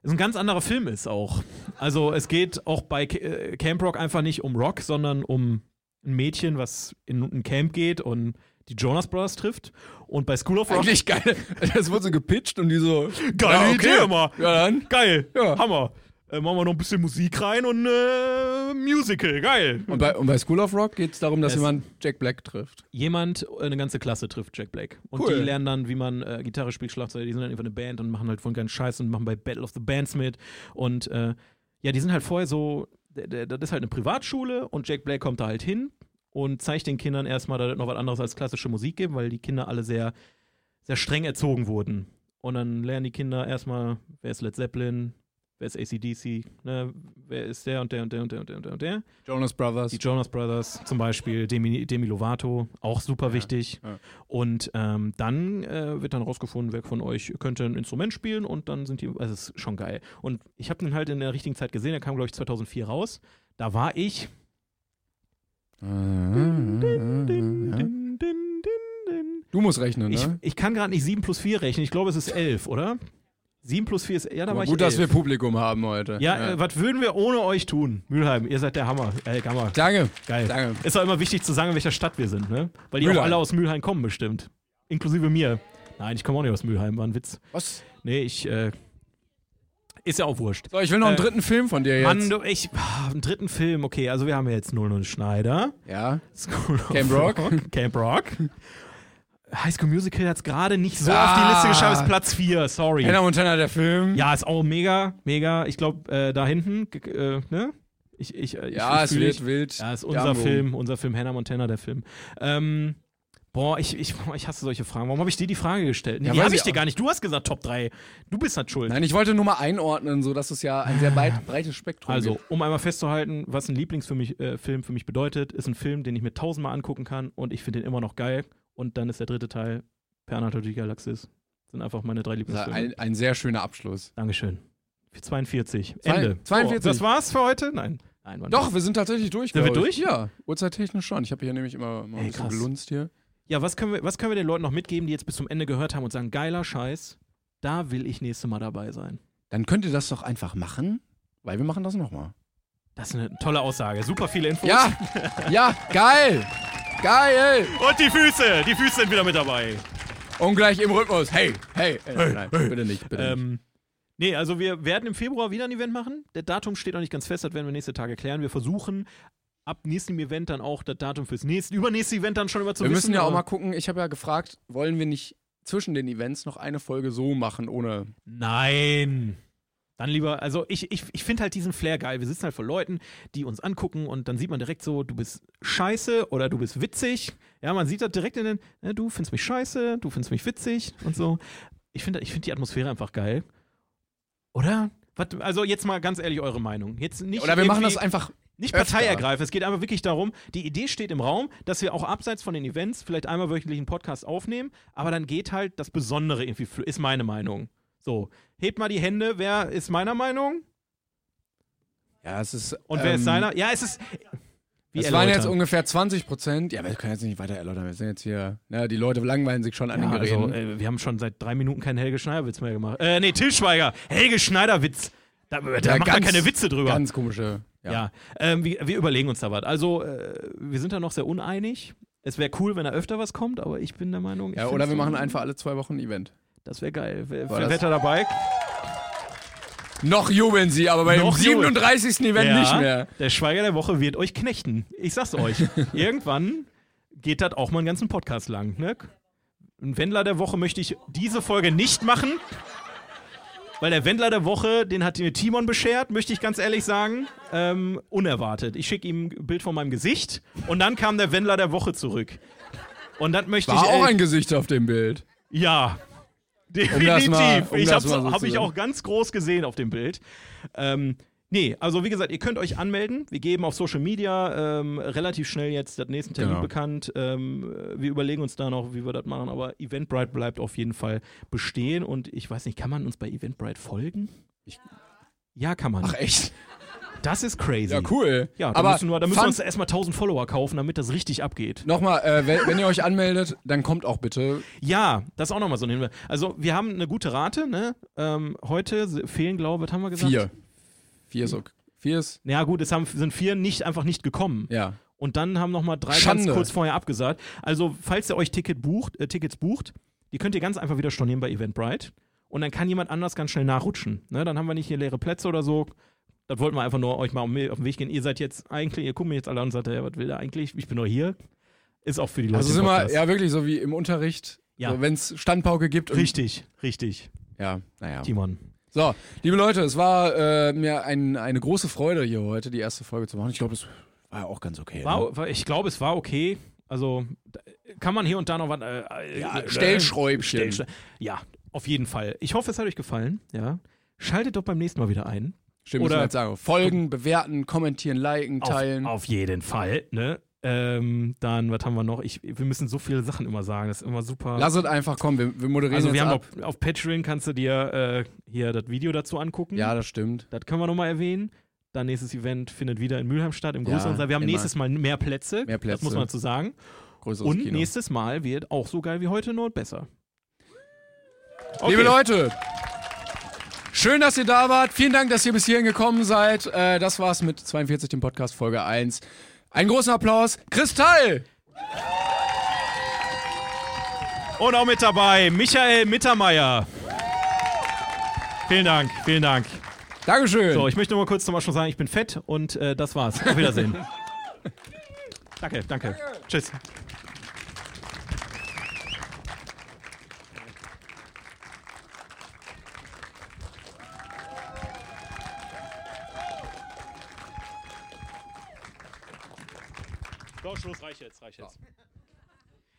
es ein ganz anderer Film ist auch. Also es geht auch bei Ca- äh, Camp Rock einfach nicht um Rock, sondern um ein Mädchen, was in ein Camp geht und die Jonas Brothers trifft. Und bei School of Rock. Eigentlich geil. Das wurde so gepitcht und die so. Geile Idee immer. Ja, dann. Geil, Ja. Hammer. Äh, machen wir noch ein bisschen Musik rein und äh, Musical, geil. Und bei, und bei School of Rock geht es darum, dass Es- jemand Jack Black trifft. jemand, äh, eine ganze Klasse trifft Jack Black. Und Cool. die lernen dann, wie man äh, Gitarre spielt, Schlagzeug. Die sind dann einfach eine Band und machen halt von ganz Scheiß und machen bei Battle of the Bands mit. Und äh, ja, die sind halt vorher so, der- der- das ist halt eine Privatschule und Jack Black kommt da halt hin und zeigt den Kindern erstmal, dass es noch was anderes als klassische Musik gibt, weil die Kinder alle sehr, sehr streng erzogen wurden. Und dann lernen die Kinder erstmal, wer ist Led Zeppelin, wer ist ACDC, ne, wer ist der und der und der und der und der und der und der. Jonas Brothers. Die Jonas Brothers zum Beispiel, Demi, Demi Lovato, auch super wichtig. ja. Und ähm, dann äh, wird dann rausgefunden, wer von euch könnte ein Instrument spielen und dann sind die, also es ist schon geil. Und ich habe den halt in der richtigen Zeit gesehen, der kam glaube ich 2004 raus. Da war ich, din, din, din, din. Du musst rechnen, ich, ne? ich kann gerade nicht 7 plus 4 rechnen, ich glaube es ist 11, oder? 7 plus 4 ist, ja da Aber war gut, ich dass wir 11. Publikum haben heute. ja, Äh, was würden wir ohne euch tun? Mülheim, ihr seid der Hammer. Äh, Hammer. Danke. Geil. Danke. Ist auch immer wichtig zu sagen, in welcher Stadt wir sind, ne? Weil die auch Mülheim. alle aus Mülheim kommen bestimmt. Inklusive mir. Nein, ich komme auch nicht aus Mülheim, war ein Witz. Was? Nee, ich, äh, ist ja auch wurscht. So, ich will noch einen Äh, dritten Film von dir jetzt. Mann, du, ich, ah, einen dritten Film, okay, also wir haben ja jetzt Null und Schneider. ja. School of Camp Rock. Camp Rock. High School Musical hat es gerade nicht so auf die Ah. Genau. Liste geschafft, ist Platz 4, sorry. Hannah Montana, der Film. Ja, ist auch mega, mega. Ich glaube, äh, da hinten, g- äh, ne? Ich, ich, äh, ich, Ja, ich es fühl dich. wird wild. Ja, ist Die unser Armbrust. Film, unser Film Hannah Montana, der Film. Ähm, boah, ich, ich, boah, ich hasse solche Fragen. Warum habe ich dir die Frage gestellt? Nee, Ja, die weiß habe ich ich dir auch. gar nicht. Du hast gesagt Top 3. Du bist halt schuld. Nein, ich wollte nur mal einordnen, so dass es ja ein sehr breit, breites Spektrum Also, gibt. um einmal festzuhalten, was ein Lieblingsfilm für mich, äh, Film für mich bedeutet, ist ein Film, den ich mir tausendmal angucken kann und ich finde ihn immer noch geil. Und dann ist der dritte Teil Per Anhalter durch die Galaxis. Sind einfach meine drei Das ist Lieblingsfilme. Also, Ein, ein sehr schöner Abschluss. Dankeschön. 42. Zwei- Ende. 42. So, das war's für heute? Nein. Einwand. Doch, wir sind tatsächlich durch. Sind wir glaub durch? Ich. Ja, uhrzeittechnisch schon. Ich habe hier nämlich immer mal ein Ey, bisschen krass. gelunzt hier. Ja, was können, wir, was können wir den Leuten noch mitgeben, die jetzt bis zum Ende gehört haben und sagen, geiler Scheiß, da will ich nächste Mal dabei sein. Dann könnt ihr das doch einfach machen, weil wir machen das nochmal. Das ist eine tolle Aussage. Super viele Infos. Ja, ja, geil, geil. Und die Füße. Die Füße sind wieder mit dabei. Und gleich im Rhythmus. Hey, hey, hey, äh, nein, bitte nicht, bitte nicht. Ähm, nee, also wir werden im Februar wieder ein Event machen. Der Datum steht noch nicht ganz fest, das werden wir nächste Tage klären. Wir versuchen ab nächstem Event dann auch das Datum fürs nächste, übernächste Event dann schon über zu Wir wissen. müssen ja auch aber- mal gucken. Ich habe ja gefragt, wollen wir nicht zwischen den Events noch eine Folge so machen, ohne. Nein. Dann lieber, also ich, ich, ich finde halt diesen Flair geil. Wir sitzen halt vor Leuten, die uns angucken und dann sieht man direkt so, du bist scheiße oder du bist witzig. Ja, man sieht das direkt in den, ne, du findest mich scheiße, du findest mich witzig und so. Ich finde ich find die Atmosphäre einfach geil. Oder? Was, also jetzt mal ganz ehrlich eure Meinung. Jetzt nicht Oder wir machen irgendwie- das einfach. nicht öfter. parteiergreifend. Es geht einfach wirklich darum, die Idee steht im Raum, dass wir auch abseits von den Events vielleicht einmal wöchentlich einen Podcast aufnehmen, aber dann geht halt das Besondere irgendwie, flö- ist meine Meinung. So, hebt mal die Hände, wer ist meiner Meinung Ja, es ist. und wer ähm, ist seiner? Ja, es ist. Wie Es waren jetzt erläutern. ungefähr 20 Prozent. Ja, wir können jetzt nicht weiter erläutern. Wir sind jetzt hier. Na, die Leute langweilen sich schon an den ja, Geräten. also, äh, wir haben schon seit drei Minuten keinen Helge Schneider-Witz mehr gemacht. Äh, nee, Til Schweiger. Helge Schneider-Witz. Da, da Ja, macht man ganz- keine Witze drüber. Ganz komische. Ja, Ähm, wir, wir überlegen uns da was. Also, äh, wir sind da noch sehr uneinig. Es wäre cool, wenn da öfter was kommt, aber ich bin der Meinung. ich Ja, find's oder wir so- machen einfach alle zwei Wochen ein Event. Das wäre geil. Wer, Boah, wer das- Wetter dabei? Noch jubeln sie, aber bei Noch dem 37. Event Ja, Äh, nicht mehr. Der Schweiger der Woche wird euch knechten. Ich sag's euch. Irgendwann geht das auch mal einen ganzen Podcast lang. Ne? Ein Wendler der Woche möchte ich diese Folge nicht machen. Weil der Wendler der Woche, den hat mir Timon beschert, möchte ich ganz ehrlich sagen. Ähm, unerwartet. Ich schicke ihm ein Bild von meinem Gesicht und dann kam der Wendler der Woche zurück. Und das möchte War ich. auch äh, ein Gesicht auf dem Bild. Ja. das Definitiv. mal- um ich das habe mal so hab zu ich sagen. auch ganz groß gesehen auf dem Bild. Ähm, nee, also wie gesagt, ihr könnt euch anmelden. Wir geben auf Social Media ähm, relativ schnell jetzt den nächsten Termin Genau. bekannt. Ähm, wir überlegen uns da noch, wie wir das machen, aber Eventbrite bleibt auf jeden Fall bestehen und ich weiß nicht, kann man uns bei Eventbrite folgen? ja, kann man. Ach echt? das ist crazy. Ja, cool. Ja, da aber müssen wir, da müssen wir Fun- uns erstmal 1000 Follower kaufen, damit das richtig abgeht. Nochmal, äh, wenn, wenn ihr euch anmeldet, dann kommt auch bitte. Ja, das ist auch nochmal so ein Hinweis. Also, wir haben eine gute Rate, ne? Ähm, heute s- fehlen, glaube ich, was haben wir gesagt? Vier. Vier ist okay. Vier ist. Ja, gut, es haben, sind vier nicht, einfach nicht gekommen. Ja. Also Und dann haben nochmal drei Schande. ganz kurz vorher abgesagt. Also, falls ihr euch Ticket bucht, äh, Tickets bucht, die könnt ihr ganz einfach wieder stornieren bei Eventbrite. Und dann kann jemand anders ganz schnell nachrutschen. Ne? Dann haben wir nicht hier leere Plätze oder so. Das wollten wir einfach nur euch mal auf den Weg gehen. Ihr seid jetzt eigentlich, ihr guckt mir jetzt alle an und sagt, ja, was will der eigentlich? Ich bin nur hier. Ist auch für die Leute. Also im sind wir, Podcast. ja, wirklich so wie im Unterricht. Ja. So, wenn es Standpauke gibt. Und, Richtig, richtig, Ja, naja. Timon. So, liebe Leute, es war äh, mir ein, eine große Freude, hier heute die erste Folge zu machen. Ich glaube, das war ja auch ganz okay. ne? War, war, ich glaube, es war okay. Also da- kann man hier und da noch was. Äh, Ja, äh, Stellschräubchen. Stellschrä- ja, auf jeden Fall. Ich hoffe, es hat euch gefallen. Ja. Schaltet doch beim nächsten Mal wieder ein. Stimmt, müssen wir Oder- jetzt sagen. Folgen, bewerten, kommentieren, liken, teilen. Auf, auf jeden Fall. Ne? Ähm, dann, was haben wir noch? Ich, wir müssen so viele Sachen immer sagen. Das ist immer super. Lass es einfach kommen, wir, wir moderieren also jetzt wir haben ab. auf, auf Patreon kannst du dir äh, hier das Video dazu angucken. Ja, das stimmt. Das können wir nochmal erwähnen. Dann nächstes Event findet wieder in Mülheim statt, im Ja, größeren Saal. Wir haben immer. nächstes Mal mehr Plätze. Mehr Das muss Plätze. man dazu sagen. Größeres Und Kino. nächstes Mal wird auch so geil wie heute, nur besser. Liebe Leute, schön, dass ihr da wart. Vielen Dank, dass ihr bis hierhin gekommen seid. Äh, das war's mit 42, dem Podcast Folge 1. Einen großen Applaus. Kristall! Und auch mit dabei Michael Mittermeier. Vielen Dank, vielen Dank. Dankeschön. So, ich möchte nur mal kurz zum Abschluss sagen, ich bin fett und äh, das war's. Auf Wiedersehen. danke, danke. Tschüss. So, Schluss, reicht jetzt, reicht jetzt.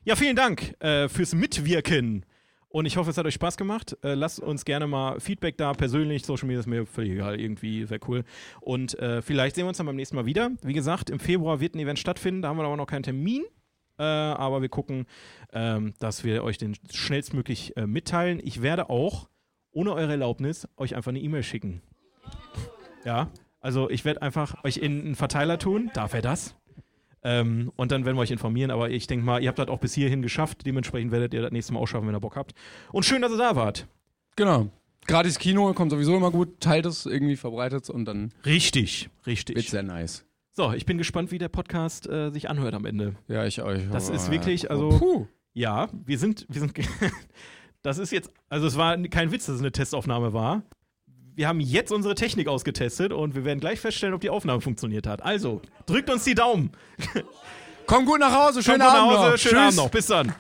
Ja, vielen Dank äh, fürs Mitwirken. Und ich hoffe, es hat euch Spaß gemacht. Äh, lasst uns gerne mal Feedback da, persönlich. Social Media ist mir völlig egal, irgendwie wäre cool. Und äh, vielleicht sehen wir uns dann beim nächsten Mal wieder. Wie gesagt, im Februar wird ein Event stattfinden, da haben wir aber noch keinen Termin. Äh, aber wir gucken, ähm, dass wir euch den schnellstmöglich äh, mitteilen. Ich werde auch ohne eure Erlaubnis euch einfach eine E-Mail schicken. Ja, Also ich werde einfach euch in einen Verteiler tun. Darf er das? Ähm, und dann werden wir euch informieren. Aber ich denke mal, ihr habt das auch bis hierhin geschafft. Dementsprechend werdet ihr das nächste Mal auch schaffen, wenn ihr Bock habt. Und schön, dass ihr da wart. Genau. Gratis Kino kommt sowieso immer gut. Teilt es irgendwie, verbreitet es und dann Richtig, richtig. wird's sehr nice. So, ich bin gespannt, wie der Podcast äh, sich anhört am Ende. Ja, ich euch. Das ist wirklich, also- Puh. Ja, wir sind, wir sind. das ist jetzt, also es war kein Witz, dass es eine Testaufnahme war. Wir haben jetzt unsere Technik ausgetestet und wir werden gleich feststellen, ob die Aufnahme funktioniert hat. Also, drückt uns die Daumen. Komm gut nach Hause, schönen Kommt gut Abend nach Hause, noch. schönen Tschüss. Abend noch. Bis dann.